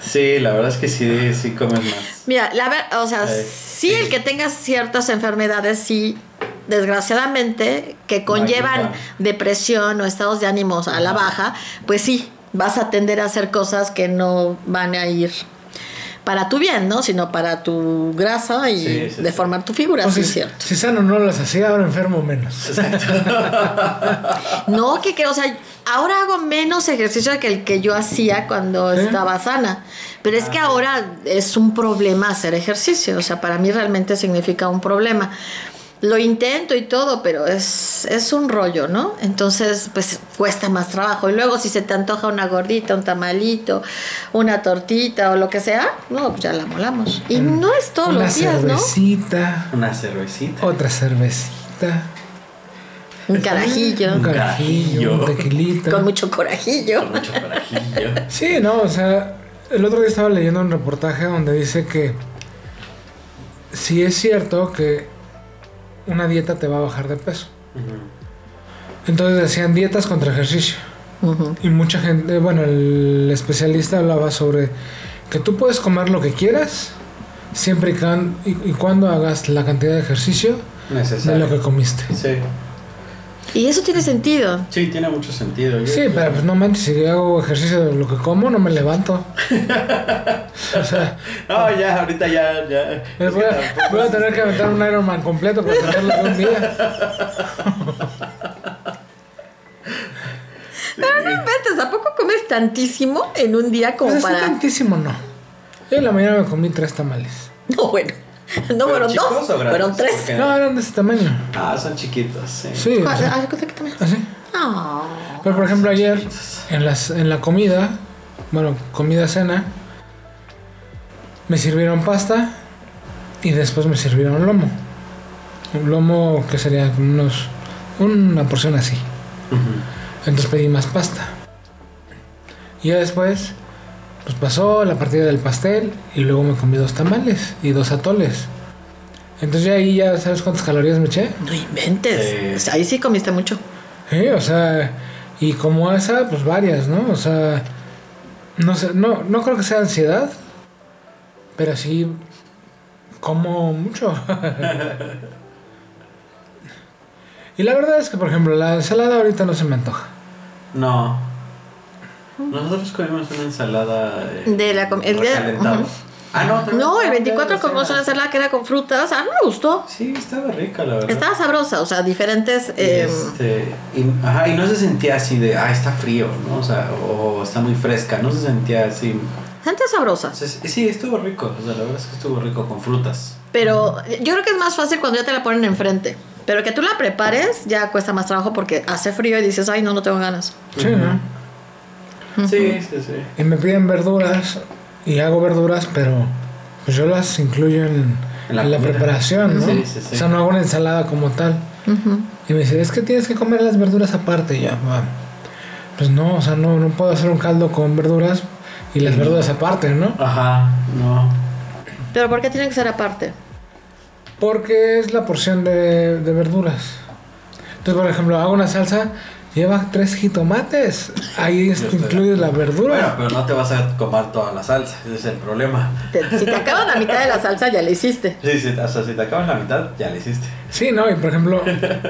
C: Sí, la verdad es que sí, sí comes más.
A: Mira, la ver, o sea,
C: Eh,
A: sí el que tenga ciertas enfermedades, sí, desgraciadamente, que conllevan
C: ayuda.
A: depresión o estados de ánimos a la baja, pues sí, vas a tender a hacer cosas que no van a ir para tu bien, ¿no? Sino para tu grasa y
C: Sí, sí,
A: deformar tu figura,
B: O
A: sí,
B: sea,
A: es cierto.
B: si sano no las hacía, ahora enfermo menos.
A: No, que, que, o sea, ahora hago menos ejercicio que el que yo hacía cuando
B: ¿Eh? Ah,
A: estaba sana. Pero es que ahora es un problema hacer ejercicio. O sea, para mí realmente significa un problema. Lo intento y todo, pero es, es un rollo, ¿no? Entonces, pues cuesta más trabajo. Y luego, si se te antoja una gordita, un tamalito, una tortita o lo que sea, no, pues ya la molamos. Y no es todos
B: Mm. Una
A: los días, ¿no?
B: cervecita,
C: Una cervecita.
B: otra cervecita,
A: Un carajillo,
B: un
C: Un
B: carajillo, un
C: carajillo.
B: tequilita.
A: con mucho corajillo.
C: Con mucho carajillo.
B: Sí, no, o sea, el otro día estaba leyendo un reportaje donde dice que sí es cierto que una dieta te va a bajar de peso.
C: Ujú.
B: Entonces decían dietas contra ejercicio.
A: Ujú.
B: Y mucha gente, bueno, el especialista hablaba sobre que tú puedes comer lo que quieras siempre y, can- y- y cuando hagas la cantidad de ejercicio de
C: Necesario.
B: lo que comiste.
C: Sí.
A: Y eso tiene sentido.
C: Sí, tiene mucho sentido. Yo-
B: Sí, pero pues no manches, si hago ejercicio de lo que como, no me levanto. o sea,
C: No, ya, ahorita ya, ya.
B: Me
C: Es que
B: Eh, voy, a,
C: tampoco-
B: voy a tener que aventar un Iron Man completo para sacarlo de un día.
A: Pero no inventes, ¿a poco comes tantísimo en un día como
B: Pues así
A: para.?
B: tantísimo no. Yo en la mañana me comí tres tamales.
A: No, bueno. No fueron
C: chicos
A: dos,
C: o grandes?
A: fueron tres.
C: Porque-
B: No, eran de ese tamaño.
C: Ah, son chiquitos, sí.
B: Sí, o sea,
A: Ah, cosa que también-
B: así.
A: Ah.
B: Pero por ejemplo ayer, en, las, en la comida, bueno, comida-cena, me sirvieron pasta y después me sirvieron lomo. Un lomo que sería como unos, una porción así.
C: Ujú.
B: Entonces pedí más pasta. Y ya después, pues pasó la partida del pastel y luego me comí dos tamales y dos atoles. Entonces ya ahí ya sabes cuántas calorías me eché.
A: No inventes.
C: Sí.
A: O sea, ahí sí comiste mucho.
B: Sí, o sea, y como esa, pues varias, ¿no? O sea, no sé, no, no creo que sea ansiedad, pero sí como mucho. y la verdad es que, por ejemplo, la ensalada ahorita no se me antoja.
C: No. Nosotros comimos una ensalada. eh,
A: De la com- el día-
C: recalentado.
A: ujú.
C: Ah, no, también
A: No, el
C: estaba
A: 24
C: bien, o
A: comimos
C: sea,
A: una ensalada que era con frutas. A mí me gustó.
C: Sí, estaba rica, la verdad.
A: Estaba sabrosa, o sea, diferentes.
C: Y,
A: eh,
C: este, y- ajá, y no se sentía así de, ah, está frío, ¿no? O sea, o está muy fresca, no se sentía así.
A: gente sabrosa.
C: O sea, sí, estuvo rico, o sea, la verdad es que estuvo rico con frutas.
A: Pero eh, yo creo que es más fácil cuando ya te la ponen enfrente. Pero que tú la prepares ya cuesta más trabajo porque hace frío y dices, ay, no, no tengo ganas.
B: Sí, ¿no?
C: Sí, sí, sí.
B: Y me piden verduras y hago verduras, pero pues yo las incluyo en,
C: En la
B: en la
C: comida.
B: preparación, ¿no?
C: Sí, sí, sí.
B: O sea, no hago una ensalada como tal.
A: Ujú.
B: Y me dice, es que tienes que comer las verduras aparte. Y ya, va. Pues no, o sea, no, no puedo hacer un caldo con verduras y las verduras aparte, ¿no?
C: Ajá, no.
A: Pero ¿por qué tiene que ser aparte?
B: Porque es la porción de, de verduras. Entonces, por ejemplo, hago una salsa Lleva tres jitomates. Ahí
C: Yo
B: este,
C: estoy de
B: incluyes la
C: acuerdo. Bueno,
B: verdura.
C: pero no te vas a comer toda la salsa, ese es el problema.
A: Te- si te acaban la mitad de la salsa, ya le hiciste.
C: Sí, sí, o sea, si te acabas la mitad, ya le hiciste.
B: Sí, no, y por ejemplo,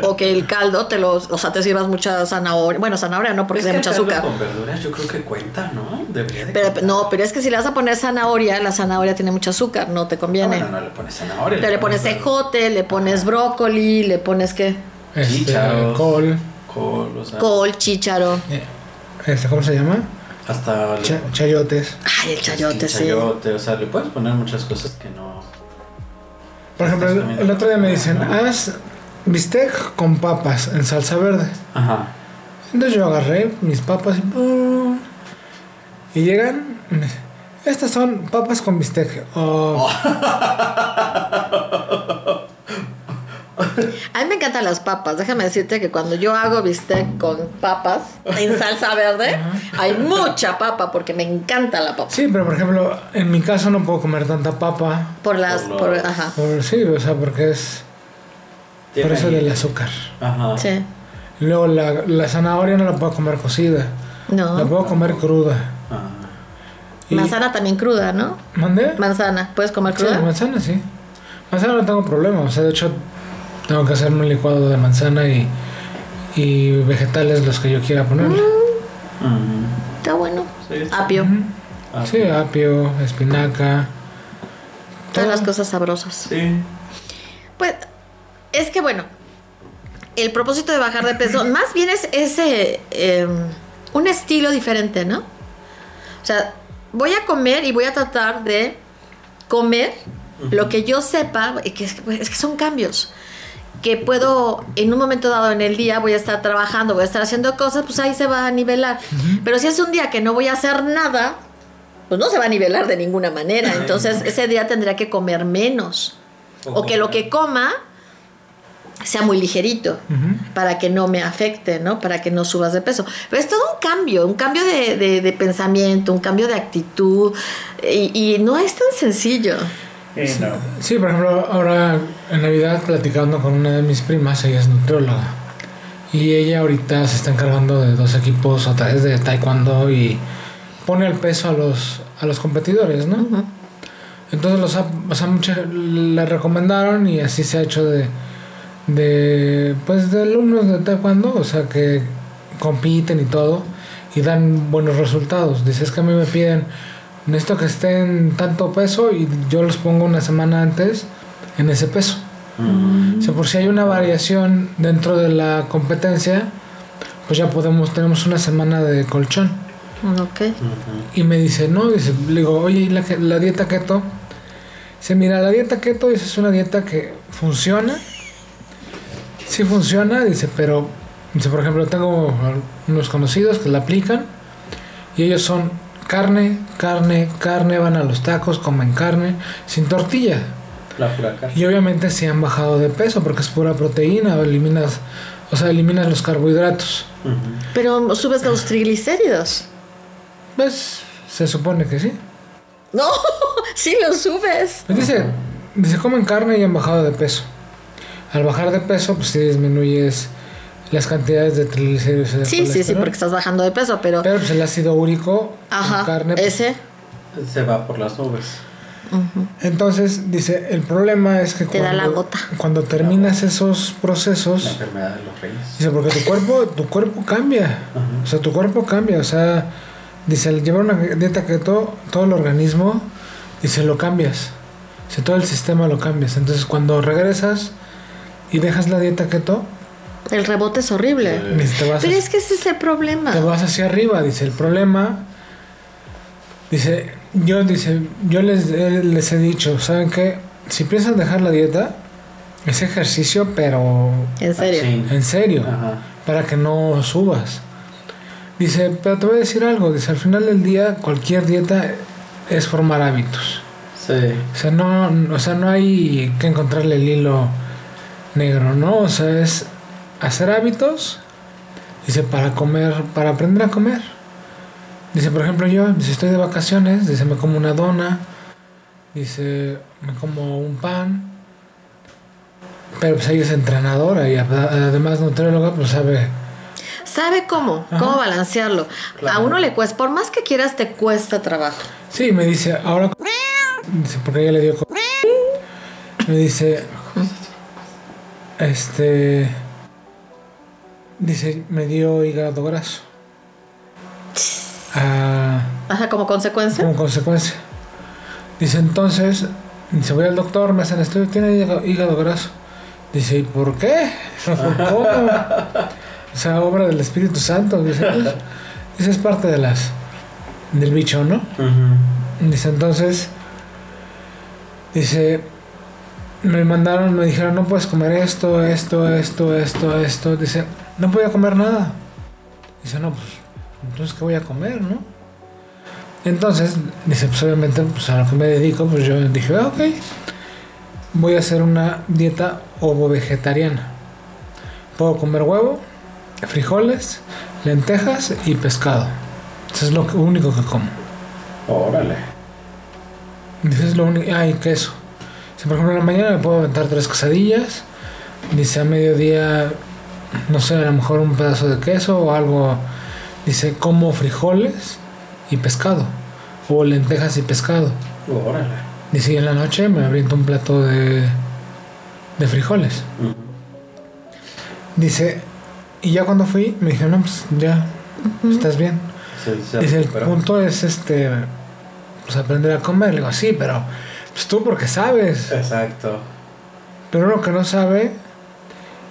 A: O que el caldo te lo. O sea, te sirvas mucha zanahoria. Bueno, zanahoria no, porque
C: Es que
A: tiene mucha
C: el caldo
A: azúcar.
C: Con verduras yo creo que cuenta, ¿no? Debería de
A: Pero,
C: contar.
A: no, pero es que si le vas a poner zanahoria, la zanahoria tiene mucho azúcar, no te
C: Ah,
A: conviene.
C: bueno, no le pones zanahoria.
A: Te le pones
C: verduras.
A: ejote, le pones brócoli, le pones qué?
B: este,
C: Chícharos.
B: col.
C: Col, o sea,
A: Col, chícharo.
B: eh, Este, ¿Cómo se llama?
C: Hasta el
B: Cha- chayotes.
A: Ay, el chayote, sí.
C: chayote, Este, o sea, le puedes poner muchas cosas que no.
B: Por ejemplo, el, el otro día me dicen, haz bistec con papas en salsa verde.
C: Ajá.
B: Entonces yo agarré mis papas y... pum, y llegan... y me dicen, Estas son papas con bistec. Oh,
A: A mí me encantan las papas. Déjame decirte que cuando yo hago bistec con papas en salsa verde, hay mucha papa porque me encanta la papa.
B: Sí, pero por ejemplo, en mi caso no puedo comer tanta papa.
A: Por las.
C: Por
A: Por
C: los-
A: ajá.
B: Por, sí, o sea, porque es...
C: Tiene
B: por eso
C: ahí-
B: del azúcar.
C: Ajá.
A: Sí.
B: Luego la, la zanahoria no la puedo comer cocida. La
A: No.
B: puedo comer cruda.
C: Ah.
B: Y-
A: Manzana también cruda, ¿no?
B: ¿Mandé?
A: Manzana. ¿Puedes comer
B: Sí,
A: cruda?
B: manzana, sí. Manzana no tengo problema. O sea, de hecho, tengo que hacerme un licuado de manzana y, y vegetales los que yo quiera ponerle.
C: Mm.
A: Está bueno.
C: Sí, está-
A: Apio.
C: Ah,
B: Sí, apio, espinaca.
A: Todas las
B: todo.
A: cosas sabrosas.
C: Sí.
A: Pues es que bueno, el propósito de bajar de peso más bien es ese eh, un estilo diferente, ¿no? O sea, voy a comer y voy a tratar de comer lo que yo sepa, eh, que es, es que son cambios que puedo en un momento dado en el día voy a estar trabajando, voy a estar haciendo cosas, pues ahí se va a nivelar. Pero si es un día que no voy a hacer nada, pues no se va a nivelar de ninguna manera. Entonces ese día tendría que comer menos. O que lo que coma sea muy ligerito
B: Ujú.
A: para que no me afecte, ¿no? Para que no subas de peso. Pero es todo un cambio, un cambio de, de- de pensamiento, un cambio de actitud. Y, y no es tan sencillo.
C: Eh, no.
B: Sí, por ejemplo, ahora en Navidad platicando con una de mis primas, ella es nutrióloga. Y ella ahorita se está encargando de dos equipos a través de taekwondo y pone el peso a los, a los competidores, ¿no?
A: Ujú.
B: Entonces los ha- o sea, mucha- le recomendaron y así se ha hecho de, de pues de alumnos de taekwondo, o sea que compiten y todo y dan buenos resultados. Dices que a mí me piden necesito que estén tanto peso y yo los pongo una semana antes en ese peso.
C: Mm.
B: O sea, por si hay una variación dentro de la competencia, pues ya podemos tenemos una semana de colchón.
A: Ok.
C: Ujú.
B: Y me dice, no, dice, le digo, oye, ¿y la, que- la dieta keto? Dice, mira, la dieta keto dice, es una dieta que funciona. Sí funciona, dice, pero, dice, por ejemplo, tengo unos conocidos que la aplican y ellos son carne, carne, carne, van a los tacos, comen carne, sin tortilla.
C: La pura carne.
B: Y obviamente se han bajado de peso porque es pura proteína, eliminas, o sea, eliminas los carbohidratos.
C: Ujú.
A: Pero subes los triglicéridos.
B: Pues se supone que sí.
A: No, sí los subes.
B: Pues dice, dice, comen carne y han bajado de peso. Al bajar de peso, pues sí disminuyes las cantidades de triglicéridos y de
A: Sí, sí, sí,
B: colesterol.
A: porque estás bajando de peso, pero...
B: Pero pues el ácido úrico en
A: Ajá,
B: carne. pues,
A: ese
C: Se va por las nubes.
B: Entonces, dice, el problema es que
A: Te da la gota.
B: cuando terminas esos
C: La
B: procesos,
C: enfermedad de los reyes.
B: dice, porque tu cuerpo, tu cuerpo cambia.
C: Ajá.
B: O sea, tu cuerpo cambia. O sea, dice, al llevar una dieta keto, todo el organismo, dice, lo cambias. Dice, todo el sistema lo cambias. Entonces, cuando regresas y dejas la dieta keto,
A: el rebote es horrible.
C: Sí.
B: dice, te, vas
A: Pero
B: hacia-
A: es que ese es el problema.
B: te vas hacia arriba. Dice, el problema, dice, yo, dice, yo les, eh, les he dicho, ¿saben qué? Si piensan dejar la dieta, es ejercicio, pero
A: En serio.
C: Achín.
B: en serio
C: Ah, Ajá.
B: para que no subas. Dice, pero te voy a decir algo, dice, al final del día cualquier dieta es formar hábitos.
C: Sí.
B: O sea, no, o sea, no hay que encontrarle el hilo negro, ¿no? O sea, es hacer hábitos, dice, para comer, para aprender a comer. Dice, por ejemplo, yo, dice, estoy de vacaciones, dice, me como una dona, dice, me como un pan. Pero pues ella es entrenadora y a- además nutrióloga, pues sabe
A: sabe cómo,
B: Ajá.
A: cómo balancearlo. A uno le cuesta, por más que quieras, te cuesta trabajo.
B: Sí, me dice, ahora. co- Dice, porque ella le dio. co- Me dice. Este. Dice, me dio hígado graso. Ah,
A: Ajá, como consecuencia.
B: como consecuencia. Dice, entonces. Dice, voy al doctor, me hacen estudio, tiene hígado- hígado graso. Dice, ¿y por qué? ¿Cómo? O sea, obra del Espíritu Santo. Dice, pues, dice, es parte de las. del bicho, ¿no? Dice, entonces, dice, me mandaron, me dijeron, no puedes comer esto, esto, esto, esto, esto. Dice, no podía comer nada. Dice, no, pues, entonces, ¿qué voy a comer, no? Entonces, dice, pues, obviamente, pues, a lo que me dedico, pues, yo dije, ah, ok, voy a hacer una dieta ovo-vegetariana. Puedo comer huevo, frijoles, lentejas y pescado. Eso es lo que- único que como.
D: Órale.
B: Dice, es lo único. Ay, queso. Si por ejemplo en la mañana me puedo aventar tres quesadillas. Dice, a mediodía, no sé, a lo mejor un pedazo de queso o algo. Dice, como frijoles y pescado. O lentejas y pescado.
D: Órale.
B: Dice, y en la noche me aviento un plato de, de frijoles. Dice, y ya cuando fui, me dijeron, no, pues ya, estás bien.
C: Se- se
B: Dice, el
C: recuperó.
B: punto es este, pues aprender a comer. Le digo, sí, pero pues tú porque sabes.
C: Exacto.
B: Pero uno que no sabe,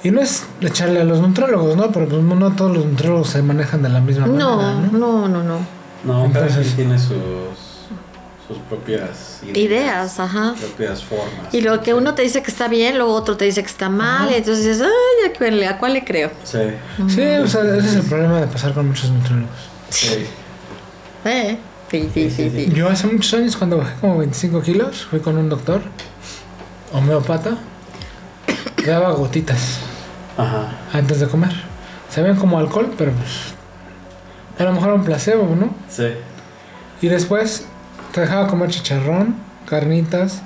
B: y no es echarle a los nutrólogos, ¿no? Pero pues no todos los nutrólogos se manejan de la misma manera,
A: No,
B: ¿no?
A: no, no, no.
C: No, cada
B: Entonces-
C: quien tiene sus, sus propias
A: Ideas, ajá.
C: Sus propias formas.
A: Y lo que uno te dice que está bien, luego otro te dice que está mal, y entonces dices, ay, ¿a cuál, le- ¿a cuál le creo?
C: Sí,
B: Sí, o sea, ese es el problema de pasar con muchos nutrólogos.
C: sí.
A: Eh, sí, sí, sí, sí.
B: Yo hace muchos años, cuando bajé como 25 kilos, fui con un doctor, homeopata, que daba gotitas
D: Ajá.
B: antes de comer. Sabían como alcohol, pero pues. A lo mejor era un placebo, ¿no?
C: Sí.
B: Y después te dejaba comer chicharrón, carnitas,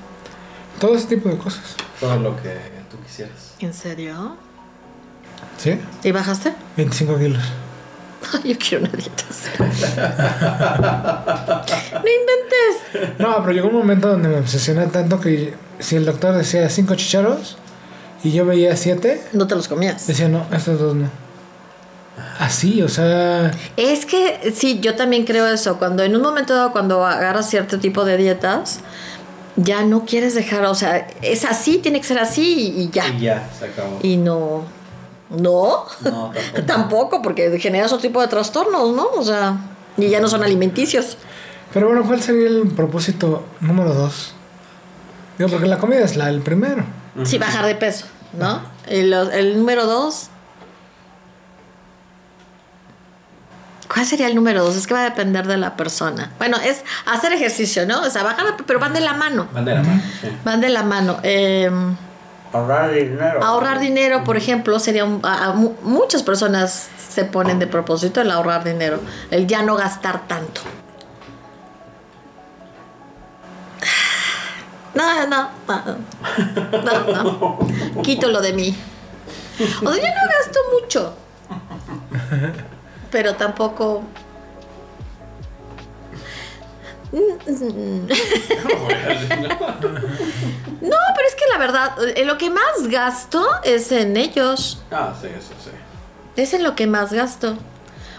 B: todo ese tipo de cosas.
C: Todo lo que tú quisieras.
A: ¿En serio?
B: ¿Sí?
A: ¿Y bajaste?
B: 25 kilos.
A: Ay, yo quiero una dieta así. ¡No inventes!
B: No, pero llegó un momento donde me obsesioné tanto que si el doctor decía 5 chicharros y yo veía 7,
A: No te los comías.
B: decía no, estos dos no. Así, o sea.
A: Es que sí, yo también creo eso. Cuando en un momento dado, cuando agarras cierto tipo de dietas, ya no quieres dejar, o sea, es así, tiene que ser así y, y ya.
C: Y ya, se acabó.
A: Y no. No.
C: No, tampoco.
A: Tampoco, porque genera otro tipo de trastornos, ¿no? O sea, y ya no son alimenticios.
B: Pero bueno, ¿cuál sería el propósito número 2? Digo, porque la comida es la el primero.
A: Sí, bajar de peso, ¿no? Y lo- el número dos. ¿Cuál sería el número dos? Es que va a depender de la persona. Bueno, es hacer ejercicio, ¿no? O sea, bajar, de pe- pero van de la mano.
C: Bandera, mano, sí.
A: Van de la mano. Eh,
D: Ahorrar dinero.
A: ahorrar dinero, por ejemplo, sería un- a- a mu- muchas personas se ponen de propósito el ahorrar dinero, el ya no gastar tanto. No, no, no, no, no. quítalo de mí. O sea, yo no gasto mucho, pero tampoco. No, pero es que la verdad, eh, lo que más gasto es en ellos.
C: Ah, sí, eso sí.
A: Es en lo que más gasto.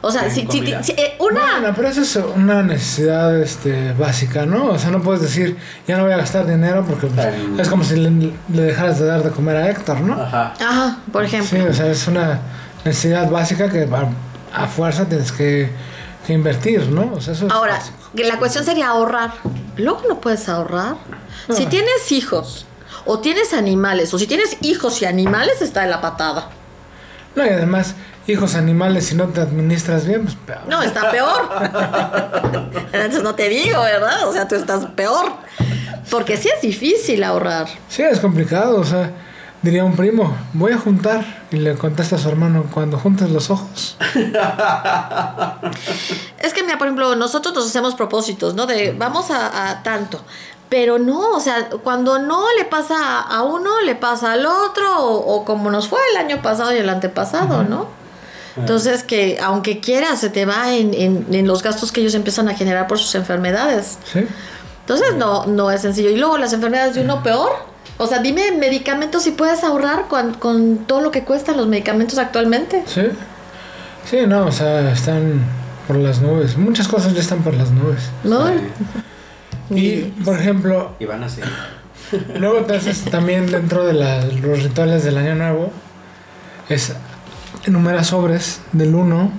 A: O sea,
C: ¿En
A: si, si-
C: comida?
A: si- eh, una.
B: Bueno, pero eso es una necesidad este, básica, ¿no? O sea, no puedes decir, ya no voy a gastar dinero porque pues,
C: Ay.
B: es como si le, le dejaras de dar de comer a Héctor, ¿no?
C: Ajá.
A: Ajá, por
B: Sí,
A: ejemplo.
B: o sea, es una necesidad básica que a, a fuerza tienes que, que invertir, ¿no? O sea, eso es
A: Ahora,
B: básico.
A: que la cuestión sería ahorrar. Luego no puedes ahorrar. Si
B: Ah.
A: tienes hijos, o tienes animales, o si tienes hijos y animales, está de la patada.
B: No, y además, hijos animales, si no te administras bien, pues... peor.
A: No, está peor. Entonces no te digo, ¿verdad? O sea, tú estás peor. Porque sí es difícil ahorrar.
B: Sí, es complicado, o sea, diría un primo, voy a juntar, y le contesta a su hermano, cuando juntes los ojos.
A: Es que, mira, por ejemplo, nosotros nos hacemos propósitos, ¿no? De vamos a, a tanto. Pero no, o sea, cuando no le pasa a- a uno, le pasa al otro, o, o como nos fue el año pasado y el antepasado, ¿no? Entonces, que aunque quieras, se te va en, en- en los gastos que ellos empiezan a generar por sus enfermedades.
B: ¿Sí?
A: Entonces, no, no es sencillo. Y luego las enfermedades de uno peor. O sea, dime medicamentos si puedes ahorrar con, con todo lo que cuestan los medicamentos actualmente.
B: Sí. Sí, no, o sea, están por las nubes. Muchas cosas ya están por las nubes.
A: ¿No?
B: Y, por ejemplo,
C: Y van así.
B: Luego te haces también dentro de la- los rituales del año nuevo. Es enumera sobres del 1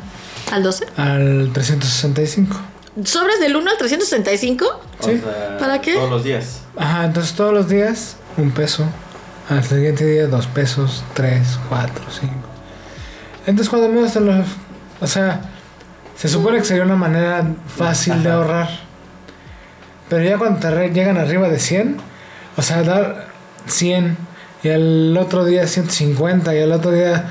A: ¿Al 12?
B: al 365.
A: ¿Sobres del 1 al 365?
C: O
B: Sí.
C: sea,
A: ¿Para qué?
C: Todos los días.
B: Ajá, entonces todos los días un peso. Al siguiente día dos pesos, tres, cuatro, cinco. Entonces cuando menos te los... O sea, se supone que sería una manera fácil de
C: Ajá.
B: ahorrar. Pero ya cuando te re- llegan arriba de 100, o sea, dar 100 y al otro día 150 y al otro día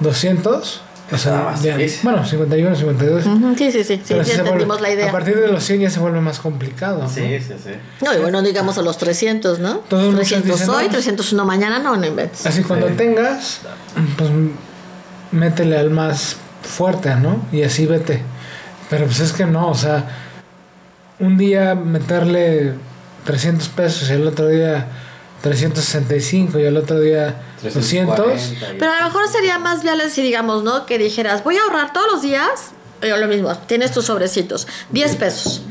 B: 200. O
C: Está
B: sea,
C: más
B: ya-
C: difícil.
B: bueno, 51, 52.
A: Ujú, Sí, sí, sí. sí,
B: pero
A: ya
B: sí se vuelve-
A: entendimos la idea.
B: A partir de los 100 ya se vuelve más complicado. ¿no?
C: Sí, sí, sí.
A: No, y bueno, digamos a los 300, ¿no?
B: Entonces, muchos
A: 300
B: dicen,
A: hoy,
B: no, pues-
A: 301 mañana, no, no inventes.
B: Así cuando
C: Sí.
B: tengas, pues métele al más fuerte, ¿no? Y así vete. Pero pues es que no, o sea, un día meterle 300 pesos y el otro día 365 y el otro día 200.
C: 340 y-
A: Pero a lo mejor sería más viable si digamos, ¿no? Que dijeras, voy a ahorrar todos los días, yo lo mismo, tienes tus sobrecitos, 10 pesos.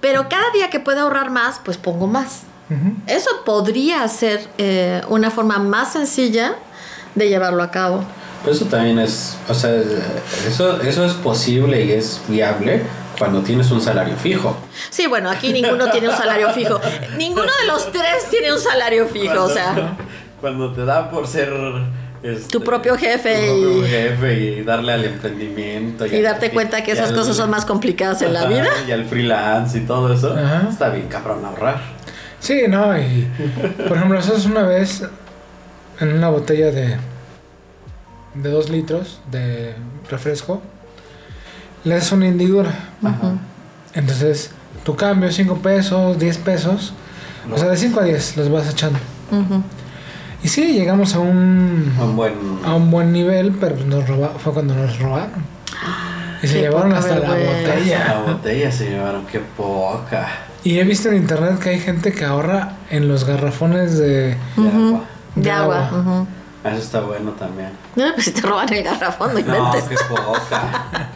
A: Pero cada día que pueda ahorrar más, pues pongo más.
B: Ujú.
A: Eso podría ser eh, una forma más sencilla de llevarlo a cabo.
C: Pero Eso también es, o sea, es- eso, eso es posible y es viable cuando tienes un salario fijo.
A: Sí, bueno, aquí ninguno tiene un salario fijo. Ninguno de los tres tiene un salario fijo, o sea.
C: Cuando te da por ser... este,
A: Tu propio jefe
C: tu propio
A: y-
C: jefe y darle al emprendimiento.
A: Y darte cuenta que esas cosas son más complicadas en la vida.
C: Y al freelance y todo eso.
B: Ajá.
C: Está bien cabrón ahorrar.
B: Sí, no, y por ejemplo, nosotros una vez en una botella de, de 2 litros de refresco, le das una hendidura.
C: Ajá.
B: Entonces, tu cambio, 5 pesos, 10 pesos. O sea, de 5 a 10 los vas echando.
A: Ujú.
B: Y sí, llegamos a un,
C: Un buen...
B: a un buen nivel, pero nos roba- fue cuando nos robaron. Y se
A: Qué
B: llevaron
A: poca
B: hasta
A: vergüenza.
B: la
C: La
B: botella.
C: botella se llevaron, qué poca.
B: Y he visto en internet que hay gente que ahorra en los garrafones de...
C: de
A: Ujú.
C: agua.
A: De,
B: De
A: agua.
B: agua.
A: ujú.
C: Eso está bueno también.
A: No, pues si te roban el garrafón, no
C: No,
A: inventes.
C: qué poca.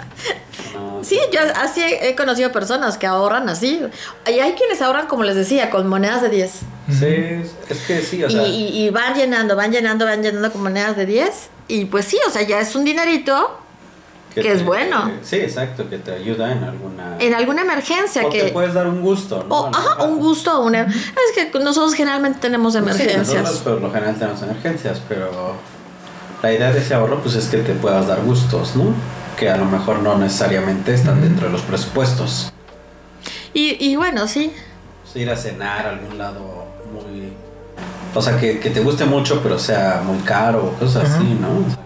C: No,
A: Sí, yo así he he conocido personas que ahorran así. Y hay quienes ahorran, como les decía, con monedas de 10.
C: Sí, es es que sí, o
A: Y,
C: sea.
A: y- y van llenando, van llenando, van llenando con monedas de 10. Y pues sí, o sea, ya es un dinerito que es bueno.
C: Sí, exacto, que te ayuda en alguna.
A: en alguna emergencia
C: o
A: que...
C: te puedes dar un gusto, ¿no?
A: o, ajá, un gusto o una... Es que nosotros generalmente tenemos
C: pues Sí,
A: emergencias.
C: nosotros por lo general tenemos emergencias, pero la idea de ese ahorro pues es que te puedas dar gustos, ¿no? Que a lo mejor no necesariamente están dentro de los presupuestos.
A: y, y bueno, sí.
C: O sea, ir a cenar a algún lado muy... O sea, que, que te guste mucho, pero sea muy caro o cosas
B: Ajá.
C: así, ¿no? O sea,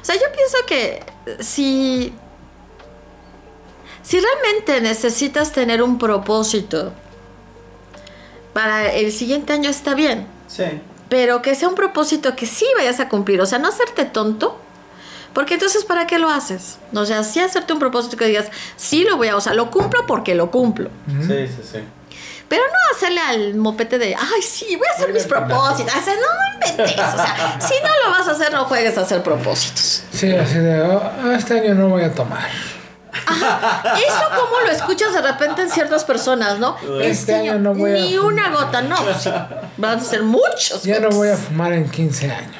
A: O sea, yo pienso que eh, si. Si realmente necesitas tener un propósito para el siguiente año está bien,
C: sí.
A: pero que sea un propósito que sí vayas a cumplir, o sea, no hacerte tonto, porque entonces ¿para qué lo haces? O sea, sí hacerte un propósito que digas, sí lo voy a, o sea, lo cumplo porque lo cumplo,
B: Ujú.
C: Sí, sí, sí.
A: pero no hacerle al mopete de, ay, sí, voy a hacer
C: Voy a
A: mis
C: ver qué pasa".
A: propósitos, o sea, no inventes, o sea, si no lo vas a hacer, no juegues a hacer propósitos.
B: Sí, así de... "Oh, este año no voy a tomar.
A: Eso como lo escuchas de repente en ciertas personas, ¿no?
B: Este año no voy a-
A: ni una gota, no. pues, van a ser muchos.
B: Ya no
A: gotas.
B: voy a fumar en 15 años.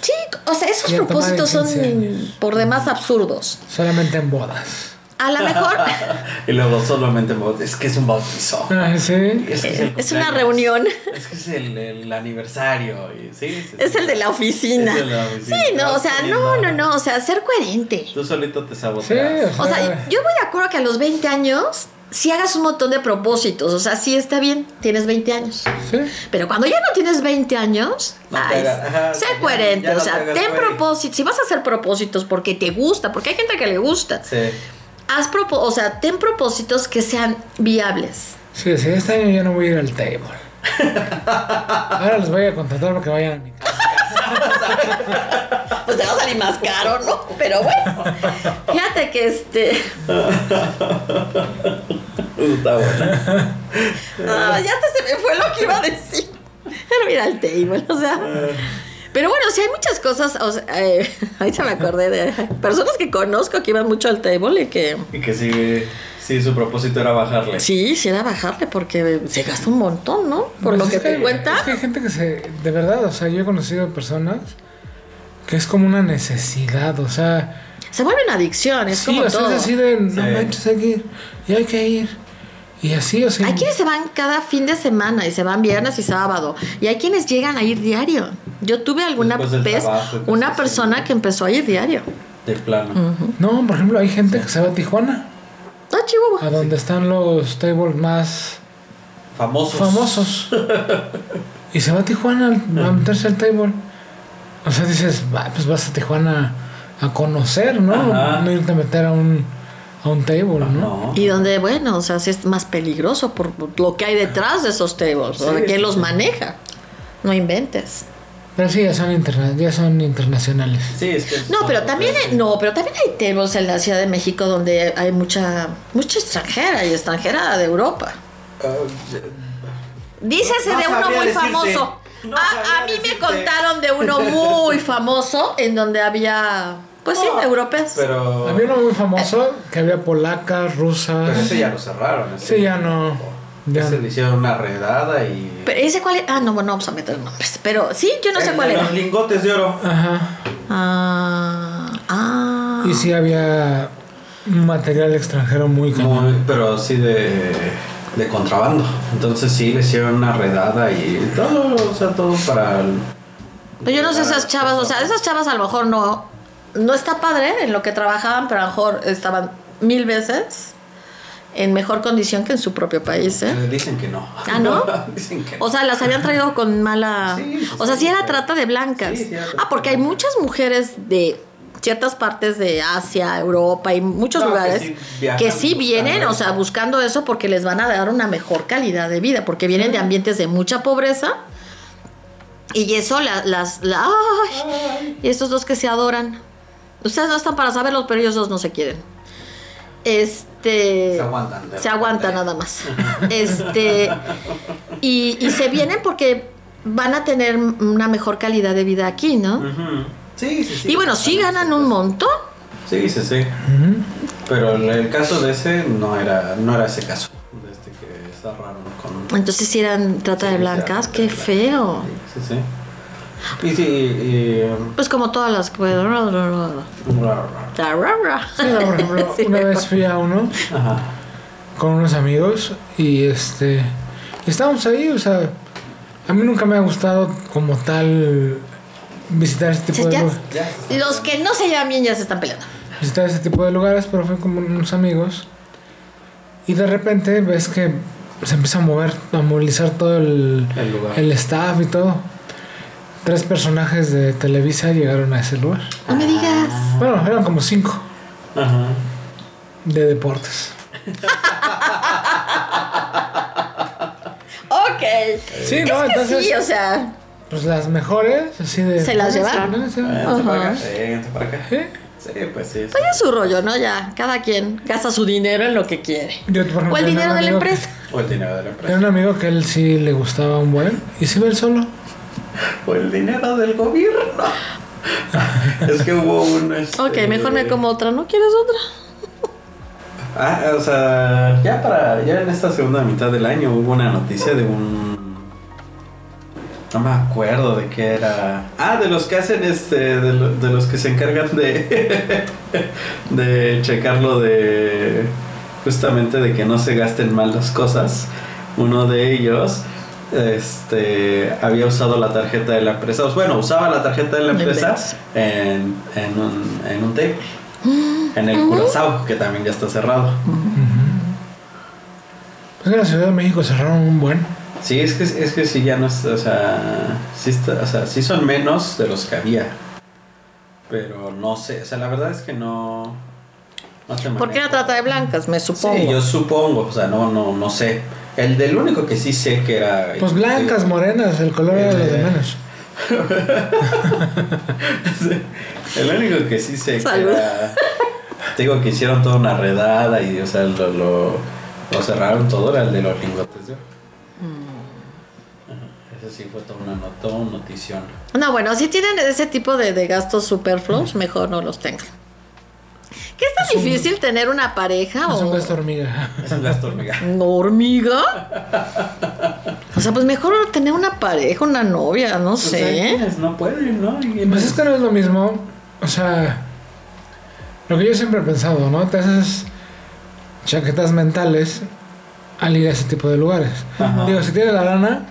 A: Sí, o sea, esos
B: Voy a tomar
A: propósitos
B: en
A: son
B: 15 años.
A: por demás absurdos.
B: Solamente en bodas.
A: A lo mejor
C: Y luego solamente me es que es un bautizo.
B: Ah, sí.
C: Es, que el
A: Eh, es una
C: cumpleaños.
A: reunión.
C: Es que es el, el aniversario. y- sí, sí, sí.
A: es el de la oficina.
C: Es el de la oficina.
A: Sí, no, o sea, no, no,
C: Poniendo-
A: no, o sea, ser coherente.
C: Tú solito te
B: Sí,
C: saboteas.
A: O sea, yo voy de acuerdo que a los 20 años, si hagas un montón de propósitos, o sea, sí está bien, tienes 20 años.
B: sí.
A: Pero cuando ya no tienes 20 años,
C: No te
A: ay,
C: hagas- ajá,
A: sé
C: ya-
A: coherente,
C: ya no
A: o
C: te
A: sea,
C: hagas
A: ten
C: güey.
A: propósitos, si vas a hacer propósitos porque te gusta, porque hay gente que le gusta,
C: Sí.
A: haz propo- o sea, ten propósitos que sean viables.
B: Sí, sí, este año ya no voy a ir al table. Ahora los voy a contratar para que vayan a mi casa.
A: Pues te vas salí más caro, ¿no? Pero bueno, fíjate que este.
C: Está bueno.
A: Ah, ya hasta se me fue lo que iba a decir. Pero mira el table, o sea. Pero bueno, sí hay muchas cosas. O sea, eh, ahorita me acordé de personas que conozco que iban mucho al table y que.
C: Y que sí, sí, su propósito era bajarle.
A: Sí, sí era bajarle porque se gasta un montón, ¿no? Por
B: Pues
A: lo
B: es
A: que te cuenta.
B: Es que hay gente que se. De verdad, o sea, yo he conocido personas que es como una necesidad, o sea.
A: Se vuelve una adicción, es
B: sí,
A: como
B: o sea,
A: todo.
B: es así de. No
C: Sí.
B: manches, hay que ir. Y hay que ir. Y así, o sea.
A: Hay quienes se van cada fin de semana y se van viernes y sábado. Y hay quienes llegan a ir diario. Yo tuve alguna
C: Después del
A: vez
C: trabajo y cosas
A: una
C: así.
A: persona que empezó a ir diario.
C: De plano.
B: No, por ejemplo, hay gente que se va a Tijuana,
A: Ah, Chihuahua.
B: a donde están los tables más
C: Famosos.
B: famosos. y se va a Tijuana al- a meterse al table. O sea, dices, "Va, pues vas a Tijuana a conocer, ¿no?
C: Ajá.
B: No irte a meter a un, a un table, ¿no?
C: No.
A: Y donde, bueno, o sea, sí es más peligroso por lo que hay detrás de esos tables, o de
C: Sí.
A: quién los maneja. No inventes.
B: Pero sí, ya son, interna- ya son internacionales.
C: Sí, es que.
A: No, pero también hay, no, pero también hay tables en la Ciudad de México donde hay mucha mucha extranjera y extranjera de Europa.
C: Ah,
A: Dícese
C: No
A: de uno
C: sabría
A: muy
C: decirte.
A: famoso.
C: No
A: a,
C: sabría
A: a mí me
C: decirte.
A: contaron de uno muy famoso en donde había, pues sí, europeos.
C: Pero.
B: Había uno muy famoso que había polacas, rusas.
C: Oh. Pero ese ya lo cerraron. ese-
B: Sí, ya no. Ya
C: Ese
B: no.
C: le hicieron una redada y.
A: Pero ese cuál es? Ah, no, bueno, vamos a meter nombres. Pero sí, yo no sé
C: El
A: cuál
C: de
A: era.
C: Los lingotes de oro.
B: Ajá.
A: Ah, ah.
B: Y sí había un material extranjero muy cañón.
C: Muy- pero sí de, de contrabando. Entonces sí le hicieron una redada y todo, o sea, todo para. el-
A: Pero yo no sé esas chavas, o sea, esas chavas a lo mejor no, no está padre en lo que trabajaban, pero a lo mejor estaban mil veces en mejor condición que en su propio país, ¿eh?
C: Eh, Dicen que no.
A: Ah, ¿no?
C: Dicen que no.
A: O sea, las habían traído con mala.
C: Sí, sí,
A: o sea, sí
C: sí.
A: era trata de blancas.
C: Sí, sí era trata
A: ah, porque hay
C: de
A: muchas mujeres de ciertas partes de Asia, Europa y muchos
C: No, que
A: lugares
C: sí viajan
A: que sí
C: buscando
A: vienen, o
C: eso.
A: sea, buscando eso porque les van a dar una mejor calidad de vida, porque vienen de ambientes de mucha pobreza. Y eso la- las... la- ¡ay! Y estos dos que se adoran. Ustedes no están para saberlos, pero ellos dos no se quieren. Este...
C: Se aguantan, de
A: Se aguanta
C: repente.
A: nada más. Este... Y, y se vienen porque van a tener una mejor calidad de vida aquí, ¿no?
C: Ujú. Sí, sí, pues. sí.
A: Y bueno, sí ganan un montón.
C: Sí, sí, sí.
B: Ujú.
C: Pero el, el caso de ese no era, no era ese caso. De este que cerraron con.
A: Entonces si eran trata de
C: Sí,
A: blancas,
C: trata de
A: qué
C: blancas.
A: feo.
C: Sí, sí, sí. Y sí, y. um,
A: Pues como todas las...
C: ra, ra.
B: Sí, no, por ejemplo, una vez fui a uno
C: Ajá.
B: con unos amigos y este y estábamos ahí, o sea, a mí nunca me ha gustado como tal visitar este tipo de
A: Ya.
B: lu-
C: Ya.
A: Los que no se llevan bien ya se están peleando.
B: visitar este tipo de lugares, pero fui con unos amigos y de repente ves que se empieza a mover, a movilizar todo el,
C: El lugar.
B: el staff y todo. Tres personajes de Televisa llegaron a ese lugar.
A: No me digas.
B: Bueno, eran como cinco
C: Ajá.
B: de deportes.
A: Ok.
B: Sí,
A: es
B: ¿no?
A: que
B: Entonces-
A: sí, o sea,
B: Pues las mejores, así de.
A: Se las
B: Ah,
A: llevaron.
B: sí,
C: Vente
B: ¿no? Sí.
C: para acá. Sí, vente para acá.
B: ¿Eh?
C: Sí, pues sí. sí.
A: pues es su rollo, ¿no? Ya, cada quien gasta su dinero en lo que quiere.
B: Yo, por ejemplo,
A: O el
B: tenía
A: dinero
B: un
A: de la
B: amigo que-
A: empresa.
C: O el dinero de la
B: Era
C: empresa.
B: un amigo que él sí le gustaba un buen y se ve él solo. ¿Eh?
C: O el dinero del gobierno. es que hubo un. este,
A: Ok, mejor me como otra, ¿no quieres otra?
C: Ah, o sea, ya para. Ya en esta segunda mitad del año hubo una noticia de un. No me acuerdo de qué era. Ah, de los que hacen este. De, lo- de los que se encargan de. de checarlo de. Justamente de que no se gasten mal las cosas. Uno de ellos. Este había usado la tarjeta de la empresa. Pues Bueno, usaba la tarjeta de la
A: No
C: empresa
A: inventes.
C: en, en un, en un table. En el Curazao, que también ya está cerrado.
B: Es que en la Ciudad de México cerraron un buen.
C: Sí, es que, es que sí, ya no es. O sea, sí está- o sea, sí son menos de los que había. Pero no sé, o sea, la verdad es que no. no te
A: Porque era
C: manejo.
A: trata de blancas, me supongo.
C: Sí, yo supongo, o sea, no, no, no sé. El del único que sí sé que era. este,
B: Pues blancas, morenas, el color era lo de menos.
C: El único que sí sé que
A: Salud.
C: era. Te digo que hicieron toda una redada y, o sea, lo, lo, lo cerraron todo, era el de los lingotes de oro.
A: Mm.
C: Ajá, Eso sí fue toda una nota, toda una notición.
A: No, bueno, si tienen ese tipo de, de gastos superfluos, mejor no los tengan. ¿Qué es tan difícil tener una pareja
B: Es
A: o
B: un gasto hormiga.
C: Es un gasto hormiga.
A: hormiga? O sea, pues mejor tener una pareja, una novia, no
C: O sea, hay
A: sé.
C: quienes no pueden, ¿no? Y-
B: Pues es que no es lo mismo. O sea, lo que yo siempre he pensado, ¿no? Te haces chaquetas mentales al ir a ese tipo de lugares.
C: Ajá.
B: Digo, si tienes la lana,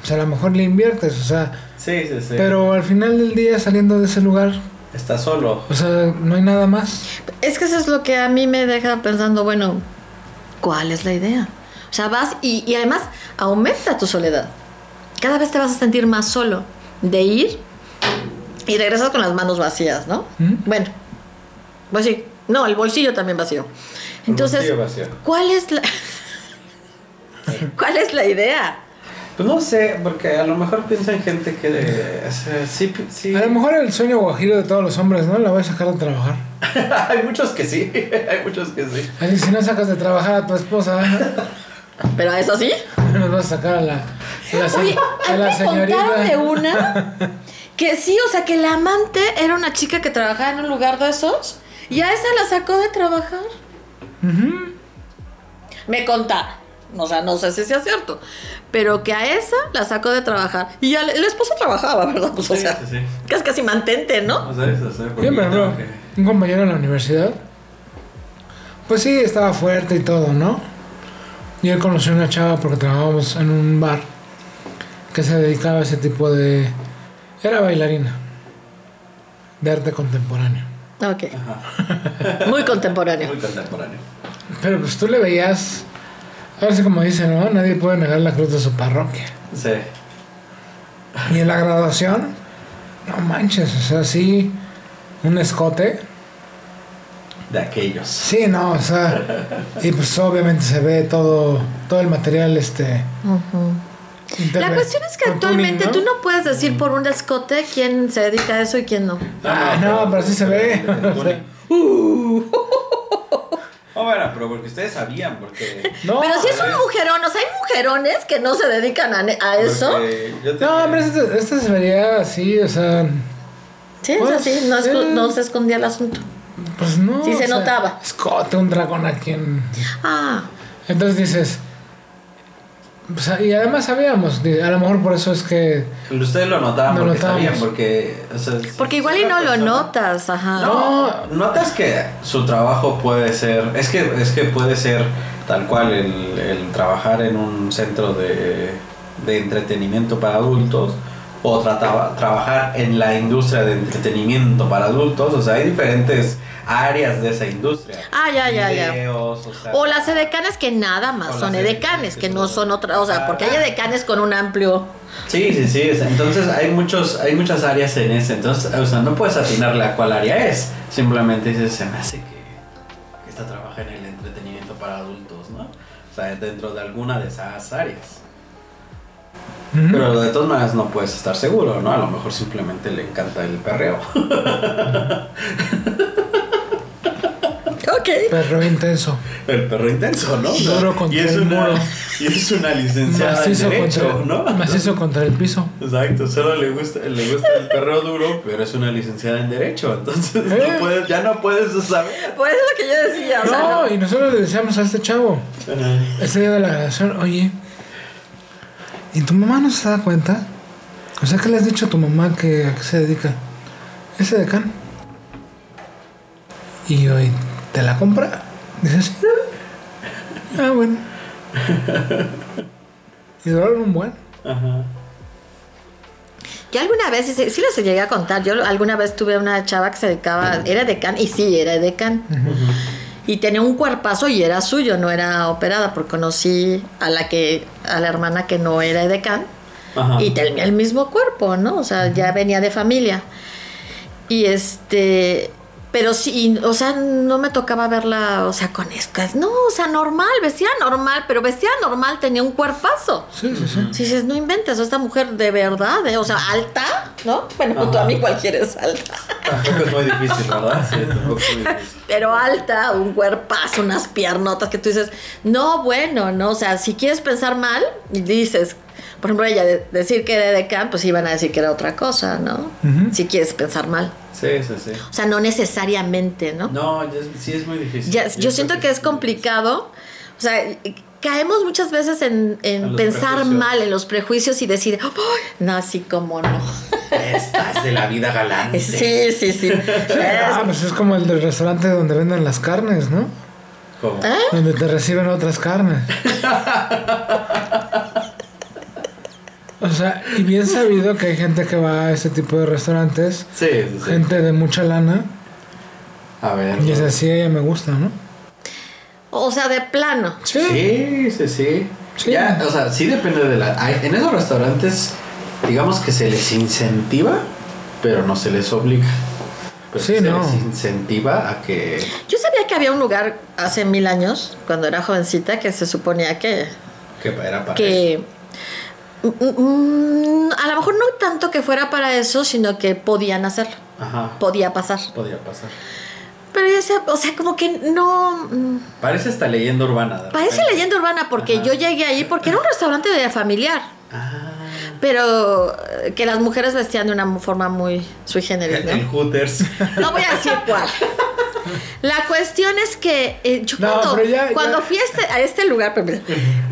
B: pues a lo mejor le inviertes, o sea,
C: Sí, sí, sí.
B: pero al final del día saliendo de ese lugar,
C: Está solo.
B: o sea, no hay nada más.
A: Es que eso es lo que a mí me deja pensando, bueno, ¿cuál es la idea? O sea, vas y, y además aumenta tu soledad. Cada vez te vas a sentir más solo de ir y regresas con las manos vacías, ¿no?
B: ¿Mm?
A: Bueno, pues sí. No, el bolsillo también vacío.
C: El
A: Entonces,
C: bolsillo vacío.
A: ¿cuál es la cuál es la idea?
C: Pues no sé, porque a lo mejor piensan gente que. eh, o sea, sí, sí.
B: A lo mejor el sueño guajiro de todos los hombres, ¿no? La voy a sacar de trabajar.
C: Hay muchos que sí. Hay muchos que sí.
B: Así, si no sacas de trabajar a tu esposa,
A: Pero a eso sí.
B: nos vas a sacar a la, a la, se-
A: Oye,
B: a
A: a
B: la
A: mí me contaron de
B: señorita.
A: una que sí, o sea, que la amante era una chica que trabajaba en un lugar de esos y a esa la sacó de trabajar. Me contaron. O sea, no sé si sea cierto, pero que a esa la sacó de trabajar. Y al- el esposo trabajaba, ¿verdad? Pues, o
C: Sí,
A: sea,
C: sí, sí.
A: casi casi mantente, ¿no?
C: O sea, eso, o sea, porque
B: Yo, por
C: yo
B: ejemplo,
C: tengo que-
B: un compañero en la universidad, pues sí, estaba fuerte y todo, ¿no? Y él conoció a una chava porque trabajábamos en un bar que se dedicaba a ese tipo de... Era bailarina de arte contemporáneo.
A: Ok. Muy contemporáneo.
C: Muy contemporáneo.
B: Pero pues tú le veías, ahora sí como dicen, ¿no? Nadie puede negar la cruz de su parroquia.
C: Sí.
B: Y en la graduación, no manches, o sea, sí, un escote.
C: De aquellos.
B: Sí, no, o sea, y pues obviamente se ve todo, todo el material, este...
A: La
B: internet,
A: cuestión es que
B: con tuning,
A: actualmente tú no puedes decir por un escote quién se dedica a eso y quién no.
B: Ah, no, pero sí se ve.
C: O sea, Oh, bueno, pero porque ustedes sabían, porque.
B: No,
A: Pero si es un
C: ves.
A: mujerón, o sea, hay mujerones que no se dedican a, ne- a
C: Pues
A: eso.
C: porque yo
B: No,
C: tenía-
B: hombre, este, este se vería así, o sea,
A: Sí, es
B: Pues,
A: así, no, es-
B: eh.
A: no se escondía el asunto.
B: pues no.
A: Sí se
B: o sea,
A: notaba.
B: Escote, un dragón aquí en...
A: Ah,
B: Entonces dices... pues, y además sabíamos, di- a lo mejor por eso es que...
C: Ustedes lo notaban
B: Lo
C: porque
B: notábamos.
C: sabían, porque. o sea, si-
A: porque
C: si
A: igual y
C: una
A: no lo
C: persona-
A: notas, ajá.
C: No, notas que su trabajo puede ser, es que, es que puede ser tal cual el, el trabajar en un centro de, de entretenimiento para adultos o trataba- trabajar en la industria de entretenimiento para adultos, o sea, hay diferentes áreas de esa industria.
A: Ah, ya, ya, ya.
C: Videos, o sea,
A: O las edecanes que nada más
C: O
A: son
C: las
A: edecanes,
C: edecanes
A: que
C: que
A: no
C: son-
A: son otra, o sea, porque hay
C: Ah.
A: edecanes con un amplio...
C: Sí, sí, sí. o sea, Entonces hay muchos, hay muchas áreas en ese. Entonces, o sea, no puedes atinarle a cuál área es. Simplemente dices, se me hace que que esta trabaja en el entretenimiento para adultos, ¿no? O sea, dentro de alguna de esas áreas.
B: Ujú.
C: Pero de todas maneras no puedes estar seguro, ¿no? A lo mejor simplemente le encanta el perreo.
A: Ok.
B: Perro intenso.
C: El perro intenso, ¿no? O sea,
B: Duro contra
C: y es
B: el
C: una,
B: muro.
C: Y es una licenciada en
B: Macizo
C: derecho,
B: contra,
C: ¿no?
B: macizo contra el piso.
C: Exacto, solo le gusta, le gusta el perreo duro, pero es una licenciada en derecho, entonces
B: ¿Eh?
C: no puedes, ya no puedes saber.
A: Pues es lo que yo decía, o sea,
B: No, y nosotros le decíamos a este chavo, ese día de la grabación, oye, ¿y tu mamá no se da cuenta? O sea, ¿qué le has dicho a tu mamá que a qué se dedica? Ese decano. Y hoy, ¿te la compra? Dice sí. Ah, bueno. Y duraron un buen.
C: Ajá.
A: Yo alguna vez, sí, sí les llegué a contar, yo alguna vez tuve una chava que se dedicaba, era decán, y sí, era decán. Y tenía un cuerpazo y era suyo, no era operada, porque conocí a la que, a la hermana que no era decán,
C: Ajá.
A: y tenía el mismo cuerpo, ¿no? O sea, ya venía de familia. Y este, pero sí, y, o sea, no me tocaba verla, o sea, con escas, no, o sea, normal, vestía normal, pero vestía normal, tenía un cuerpazo.
B: Sí, sí, sí.
A: Si dices, no inventes, esta mujer de verdad, ¿eh? o sea, alta, ¿no? Bueno,
C: Ajá.
A: tú a mí cualquiera es alta.
C: Tampoco es muy difícil, ¿verdad? Sí, tampoco es muy difícil.
A: Pero alta, un cuerpazo, unas piernotas que tú dices, no, bueno, no, o sea, si quieres pensar mal, y dices, por ejemplo, ella de- decir que era de camp, pues iban a decir que era otra cosa, ¿no?
B: Ujú.
A: Si quieres pensar mal.
C: Sí, sí, sí.
A: O sea, no necesariamente, ¿no?
C: No, ya- sí es muy difícil.
A: Ya-
C: creo
A: yo siento que es complicado, o sea, caemos muchas veces en, en
C: En los
A: pensar
C: prejuicios.
A: mal, en los prejuicios y decir, "Ay, no, así como no.
D: Estás de la vida galante.
A: Sí, sí, sí.
B: Ah,
A: Es-
B: pues es como el del restaurante donde venden las carnes, ¿no?
C: ¿Cómo?
A: ¿Ah?
B: Donde te reciben otras carnes. O sea, y bien sabido que hay gente que va a ese tipo de restaurantes,
C: Sí, sí, sí.
B: gente de mucha lana,
C: A ver.
B: y es así, ella me gusta, ¿no?
A: o sea, de plano.
C: Sí, sí, sí.
B: Sí.
C: Ya, o sea, sí depende de la. hay- en esos restaurantes, digamos que se les incentiva, pero no se les obliga. Pero
B: Sí,
C: se
B: no.
C: les incentiva a que.
A: Yo sabía que había un lugar hace mil años, cuando era jovencita, que se suponía que...
C: Que era para eso.
A: que Mm, mm, a lo mejor no tanto que fuera para eso, sino que podían hacerlo,
C: Ajá.
A: podía pasar.
C: Podría pasar.
A: Pero yo decía, o sea, como que no... mm,
C: Parece esta leyenda urbana. de
A: Parece
C: repente.
A: leyenda urbana porque
C: Ajá.
A: yo llegué ahí porque era un restaurante de familiar,
C: Ah,
A: pero eh, que las mujeres vestían de una forma muy sui generis,
C: el, el
A: ¿no?
C: Hooters.
A: No voy a decir cuál. La cuestión es que eh, yo
B: No,
A: cuando,
B: pero ya-
A: cuando
B: ya.
A: fui a este, a este lugar, perdón,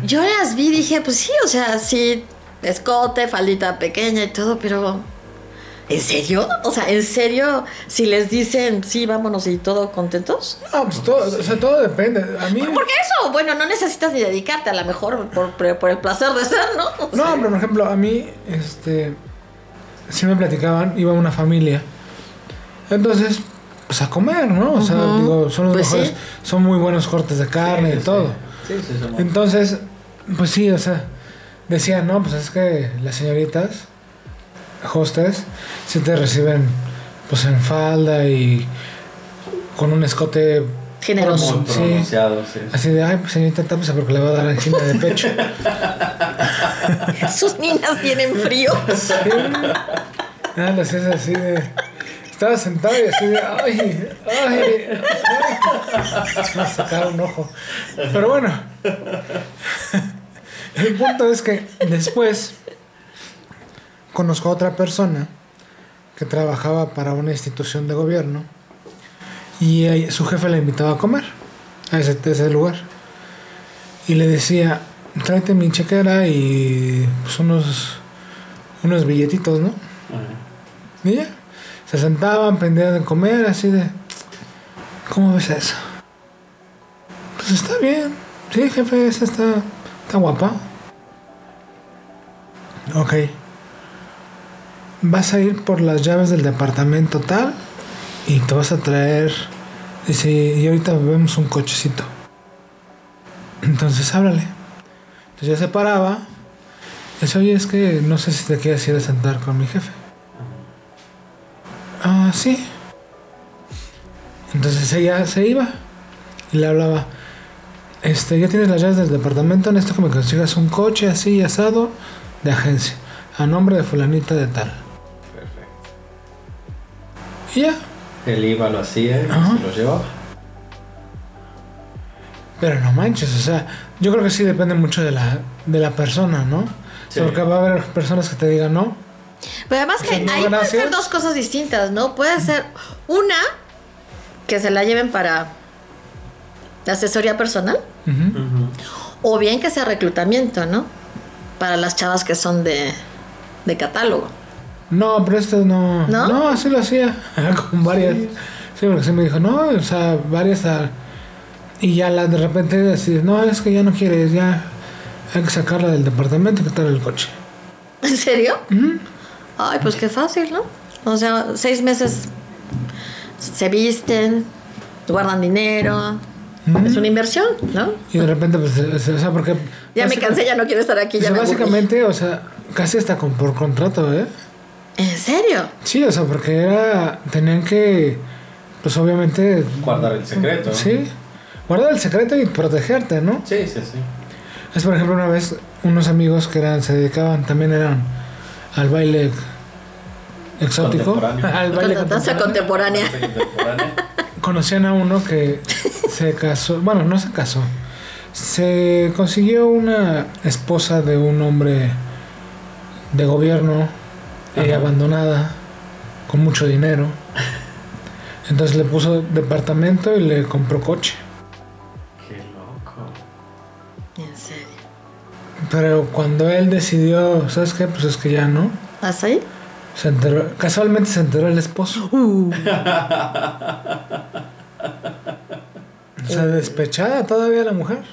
A: yo las vi y dije, pues sí, o sea, sí, escote, faldita pequeña y todo, pero ¿en serio? O sea, ¿en serio? Si les dicen, sí, vámonos y todo contentos.
B: Ah, pues todo, o sea, todo depende. A mí...
A: Porque eso, bueno, no necesitas ni dedicarte, a lo mejor por, por- por el placer de ser, ¿no? O
B: No,
A: sea,
B: pero por ejemplo, a mí, este, si me platicaban, iba una familia. Entonces, pues a comer, ¿no? O sea,
A: Ujú.
B: digo, son los
A: Pues
B: mejores,
A: sí.
B: son muy buenos cortes de carne y
C: Sí, sí.
B: todo.
C: Sí, sí, somos-
B: Entonces, pues sí, o sea, decían, no, pues es que las señoritas, hostes, sí te reciben, pues en falda y con un escote
A: Generoso.
C: Muy
B: promo- Sí.
C: pronunciado, sí.
B: Así de, ay, pues señorita, tápese porque le va a dar angina de pecho.
A: sus niñas tienen frío.
B: Ah, lo hacías así de. Estaba sentado y así de. ¡Ay! ¡Ay! ay". Me sacaba un ojo. Pero bueno. El punto es que después conozco a otra persona que trabajaba para una institución de gobierno y ahí su jefe la invitaba a comer a ese, a ese lugar. Y le decía: tráete mi chequera y pues unos, unos billetitos, ¿no?
C: Ajá.
B: Y ya. Se sentaban, pendían de comer, así de. ¿Cómo ves eso? Pues está bien. Sí, jefe, esa está. Está guapa. Ok. Vas a ir por las llaves del departamento tal. Y te vas a traer. Dice, y ahorita vemos un cochecito. Entonces háblale. Entonces ya se paraba. Dice, oye, es que no sé si te quieres ir a sentar con mi jefe. Ah, sí. Entonces ella se iba y le hablaba. Este, ya tienes las llaves del departamento, necesito que me consigas un coche así asado de agencia, a nombre de fulanita de tal.
C: Perfecto.
B: Y ya,
C: Él iba, lo hacía y
B: Ajá.
C: se lo llevaba.
B: pero no manches, o sea, yo creo que sí depende mucho de la, de la persona, ¿no?
C: Sí.
B: Porque va a haber personas que te digan no.
A: Pero además que
B: Sí, no,
A: ahí pueden
B: gracias.
A: ser dos cosas distintas, ¿no? Puede ser una, que se la lleven para la asesoría personal,
B: Ujú.
C: Ujú.
A: o bien que sea reclutamiento, ¿no? Para las chavas que son de, de catálogo.
B: No, pero esto no.
A: ¿No?
B: así lo hacía. Con varias. Sí. porque sí me dijo, no, o sea, varias. ah, Y ya la, de repente decís, no, es que ya no quieres, ya hay que sacarla del departamento y quitarle el coche.
A: ¿En serio? Ay, pues qué fácil, ¿no? O sea, seis meses se visten, guardan dinero. Es una inversión, ¿no?
B: Y de repente, pues, es- o sea, porque.
A: Ya me
B: básica-
A: cansé, ya no quiero estar aquí,
B: o sea,
A: ya me aburrí.
B: básicamente, o sea, casi hasta con, por contrato, ¿eh?
A: ¿En serio?
B: Sí, o sea, porque era. Tenían que. Pues obviamente.
C: Guardar el secreto.
B: Sí. Guardar el secreto y protegerte, ¿no?
C: Sí, sí, sí.
B: Es por ejemplo una vez unos amigos que eran, se dedicaban, también eran al baile exótico
C: Contemporáneo.
B: al
A: Con
B: baile
A: la danza
B: contemporáneo.
A: contemporánea.
C: Contemporánea.
B: Conocían a uno que se casó, bueno, no se casó, se consiguió una esposa de un hombre de gobierno eh,
D: Ajá.
B: abandonada, con mucho dinero. Entonces le puso departamento y le compró coche.
D: Qué loco.
A: En serio.
B: Pero cuando él decidió, ¿sabes qué? Pues es que ya no.
A: ¿Hasta ahí?
B: Se enteró, casualmente se enteró el esposo. O sea, despechada todavía la mujer.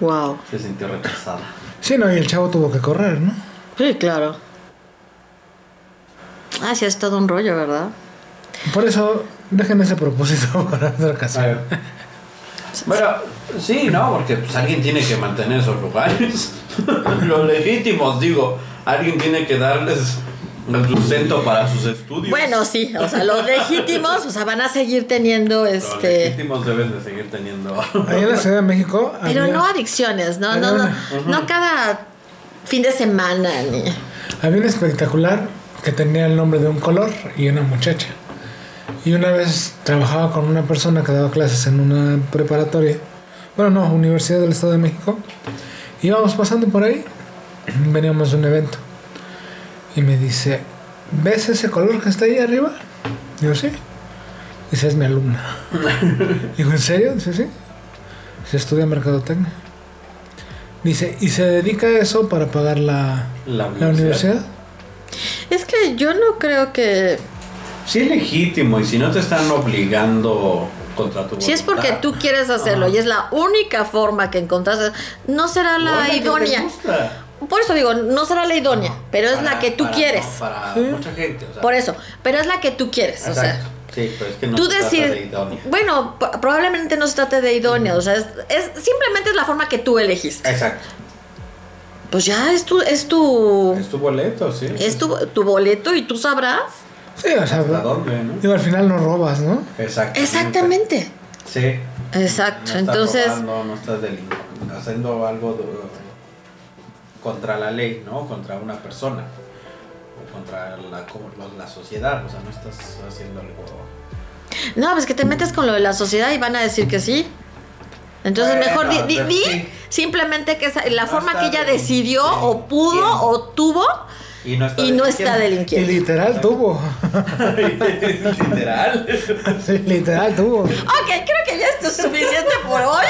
A: Wow.
C: Se sintió retrasada.
B: Sí, no, y el chavo tuvo que correr, ¿no?
A: Sí, claro. Ah, sí, es todo un rollo, ¿verdad?
B: Por eso, dejen ese propósito para otra ocasión.
C: Bueno, sí, ¿no? Porque pues, alguien tiene que mantener esos lugares. Los legítimos, digo. Alguien tiene que darles el sustento para sus estudios.
A: Bueno, sí, o sea, los legítimos, o sea, van a seguir teniendo
C: Los
A: este.
C: legítimos deben de seguir teniendo
B: Ahí en la Ciudad de México
A: Pero
B: había,
A: no adicciones, no, no, no. No cada fin de semana ni.
B: había un espectacular que tenía el nombre de un color y una muchacha. Y una vez trabajaba con una persona que daba clases en una preparatoria, bueno, no, Universidad del Estado de México. Íbamos pasando por ahí, veníamos de un evento. Y me dice, ¿ves ese color que está ahí arriba? Digo, sí. Dice, es mi alumna. Digo, ¿en serio? Dice, sí. Se estudia mercadotecnia. Dice, ¿y se dedica a eso para pagar la, la
C: La universidad.
B: universidad?
A: Es que yo no creo que.
C: Si es legítimo y si no te están obligando contra tu
A: Si es porque
C: voluntad.
A: tú quieres hacerlo y es la única forma que encontraste, no será
C: No,
A: la
C: que te
A: idónea.
C: gusta.
A: Por eso digo, no será la idónea, pero es la
C: Para-
A: que tú
C: para-
A: quieres.
C: no, para mucha gente. o sea,
A: Por eso, pero es la que tú quieres, o sea.
C: exacto. sí, pero es que no
A: tú
C: se trata
A: decides.
C: de idónea.
A: bueno, p- probablemente no se trate de idónea, o sea, es, es- simplemente es la forma que tú elegiste.
C: Exacto.
A: Pues ya es tu es tu
C: Es tu boleto, sí.
A: es tu, tu boleto y tú sabrás.
B: Sí, o sea,
C: ¿Hasta dónde, no?
B: digo, al final no robas, ¿no?
C: Exactamente.
A: Exactamente.
C: Sí.
A: Exacto,
C: No estás
A: entonces-
C: robando, no estás delinquiendo, haciendo algo de- contra la ley, ¿no? Contra una persona. O contra la, como lo- la sociedad. O sea, no estás haciendo algo.
A: No, pues que te metes con lo de la sociedad y van a decir que sí. Entonces
C: Bueno,
A: mejor di, di-
C: pero
A: di
C: sí.
A: simplemente que esa- la
C: No
A: forma
C: está
A: que ella decidió o
C: delinquiendo.
A: pudo o tuvo
C: Y no está
A: y no está
B: Y
A: delinquiendo.
B: literal tuvo.
C: Literal.
A: Este
B: Sí, literal tuvo.
A: Ok, creo que ya esto es suficiente por hoy.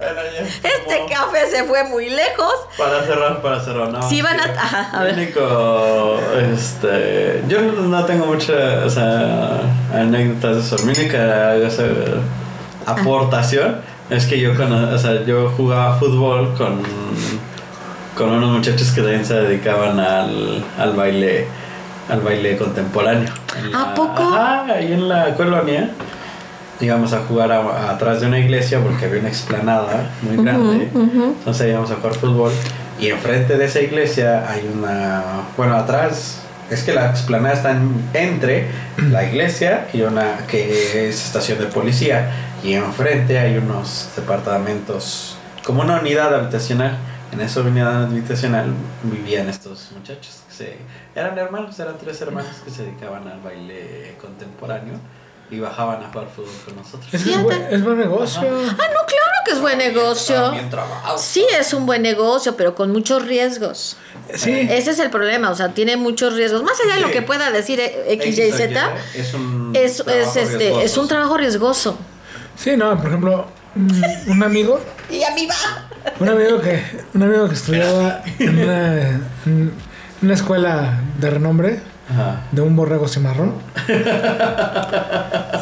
A: Este café se fue muy lejos.
C: Para cerrar, para cerrar, no.
A: Sí, van a-
C: sí.
A: ajá, a ver.
C: Lo único, este, yo no tengo muchas o sea, anécdotas de eso. Mi única o sea, aportación es que yo, cono- o sea, yo jugaba fútbol con, con unos muchachos que también se dedicaban al, al baile al baile contemporáneo. En
A: ¿A poco?
C: Ajá, ahí en la colonia íbamos a jugar a- a- atrás de una iglesia porque había una explanada muy grande. Entonces íbamos a jugar fútbol. Y enfrente de esa iglesia hay una. Bueno, atrás. Es que la explanada está en- entre la iglesia y una que es estación de policía. Y enfrente hay unos departamentos. Como una unidad habitacional. En esa unidad habitacional vivían estos muchachos. Que se, eran hermanos, eran tres hermanos que se dedicaban al baile contemporáneo. Y bajaban a jugar fútbol con nosotros.
B: Es, que es, buen, es buen negocio.
A: Ah, no, claro que es buen negocio.
C: Bien trabajado.
A: Sí, es un buen negocio, pero con muchos riesgos.
B: Sí,
A: Ese es el problema, o sea, tiene muchos riesgos. Más allá de lo
C: Sí.
A: que pueda decir eh, X, Y, Z,
C: Es un
A: es, es,
C: mm, trabajo
A: este, es
C: riesgoso.
A: un trabajo riesgoso.
B: sí, no, por ejemplo, mm, un amigo,
A: Y a mí va.
B: un amigo que, un amigo que estudiaba en una, en una escuela de renombre
C: Ajá.
B: de un borrego cimarrón.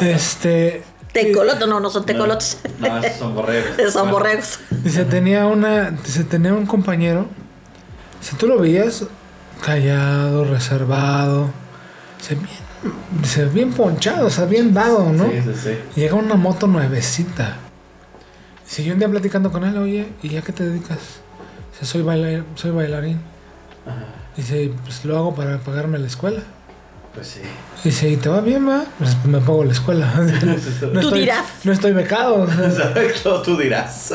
B: Este
A: Tecolotos, no, no son tecolotes.
C: No, esos son borregos.
A: Son
C: Bueno,
A: borregos.
B: dice tenía una, dice tenía un compañero. Si tú lo veías callado, reservado, dice bien, dice, bien ponchado, o sea, bien dado, ¿no?
C: Sí, sí, sí.
B: Llega una moto nuevecita. Dice, yo un día platicando con él, oye, ¿y ya qué te dedicas? Dice, soy, baila- soy bailarín.
C: Ajá.
B: Dice, pues lo hago para pagarme la escuela.
C: Pues sí.
B: Dice, ¿y te va bien, va? Pues me pago la escuela. no
A: Tú
B: estoy,
A: dirás.
B: No estoy becado.
C: Exacto, tú dirás.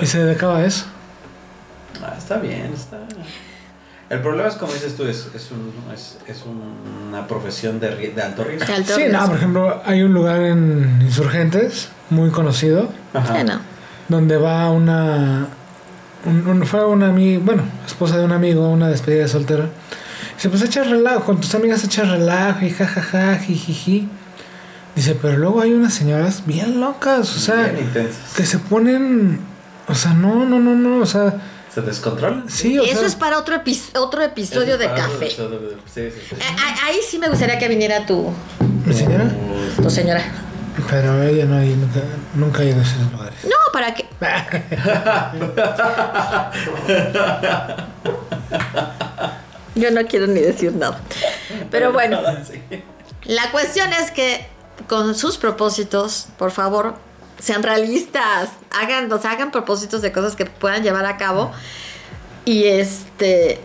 B: Y se dedicaba a eso.
C: Ah, está bien, está. El problema es, como dices tú, es, es, un- es- es una profesión de, ri- de alto riesgo.
A: De alto
B: Sí,
A: riesgo.
B: no, por ejemplo, hay un lugar en Insurgentes, muy conocido,
A: Sí, no.
B: donde va una. un- un- fue una amiga, bueno, esposa de un amigo, una despedida de soltero. Dice, pues echa relajo, con tus amigas echa relajo, y jajaja, jijiji. Dice, pero luego hay unas señoras bien locas, o sea,
C: Bien intensas.
B: que se ponen. O sea, no, no, no, no, o sea,
C: Se descontrolan.
B: sí, o
A: Eso
B: sea.
A: es para otro, epi- otro episodio
C: Eso
A: de
C: es para-
A: café.
C: eso de- Sí, sí, sí.
A: Eh, ah, Ahí sí me gustaría que viniera tu,
B: ¿Mi señora?
A: tu señora.
B: Pero ella no ha ido, nunca, nunca ha ido a esos lugares.
A: No, ¿para qué? Yo no quiero ni decir nada. Pero bueno,
C: Sí.
A: la cuestión es que con sus propósitos, por favor, sean realistas. Hagan, o sea, hagan propósitos de cosas que puedan llevar a cabo. Y este.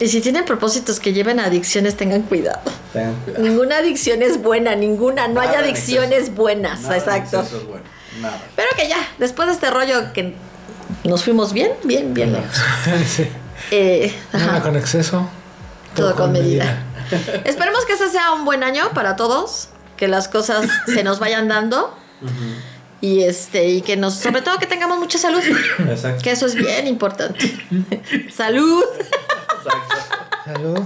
A: Y si tienen propósitos que lleven a adicciones, tengan cuidado.
C: Tengan cuidado.
A: Ninguna adicción es buena, ninguna. No hay
C: Nada en
A: adicciones
C: exceso.
A: buenas,
C: Nada en
A: exacto.
C: exceso es bueno. Nada.
A: Pero que ya, después de este rollo que nos fuimos bien, bien, bien lejos.
B: sí.
A: Eh,
B: Nada
A: ajá,
B: con exceso.
A: todo con medida. Esperemos que ese sea un buen año para todos, que las cosas se nos vayan dando y este y que nos, sobre todo que tengamos mucha salud,
C: Exacto.
A: que eso es bien importante. salud.
B: Salud.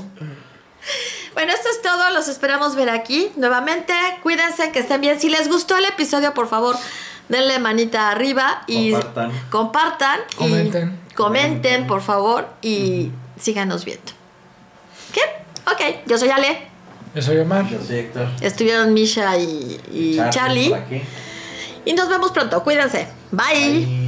A: Bueno, esto es todo. Los esperamos ver aquí nuevamente. Cuídense, que estén bien. Si les gustó el episodio, por favor, denle manita arriba y
C: Compartan.
A: compartan y
B: Comenten.
A: comenten, por favor, y síganos viendo. ¿Qué? Ok, yo soy Ale.
B: Yo soy Omar.
C: Yo soy Héctor.
A: Estuvieron Misha y, y
C: Charlie,
A: Charlie.
C: por aquí.
A: Y nos vemos pronto. Cuídense. Bye.
C: Bye.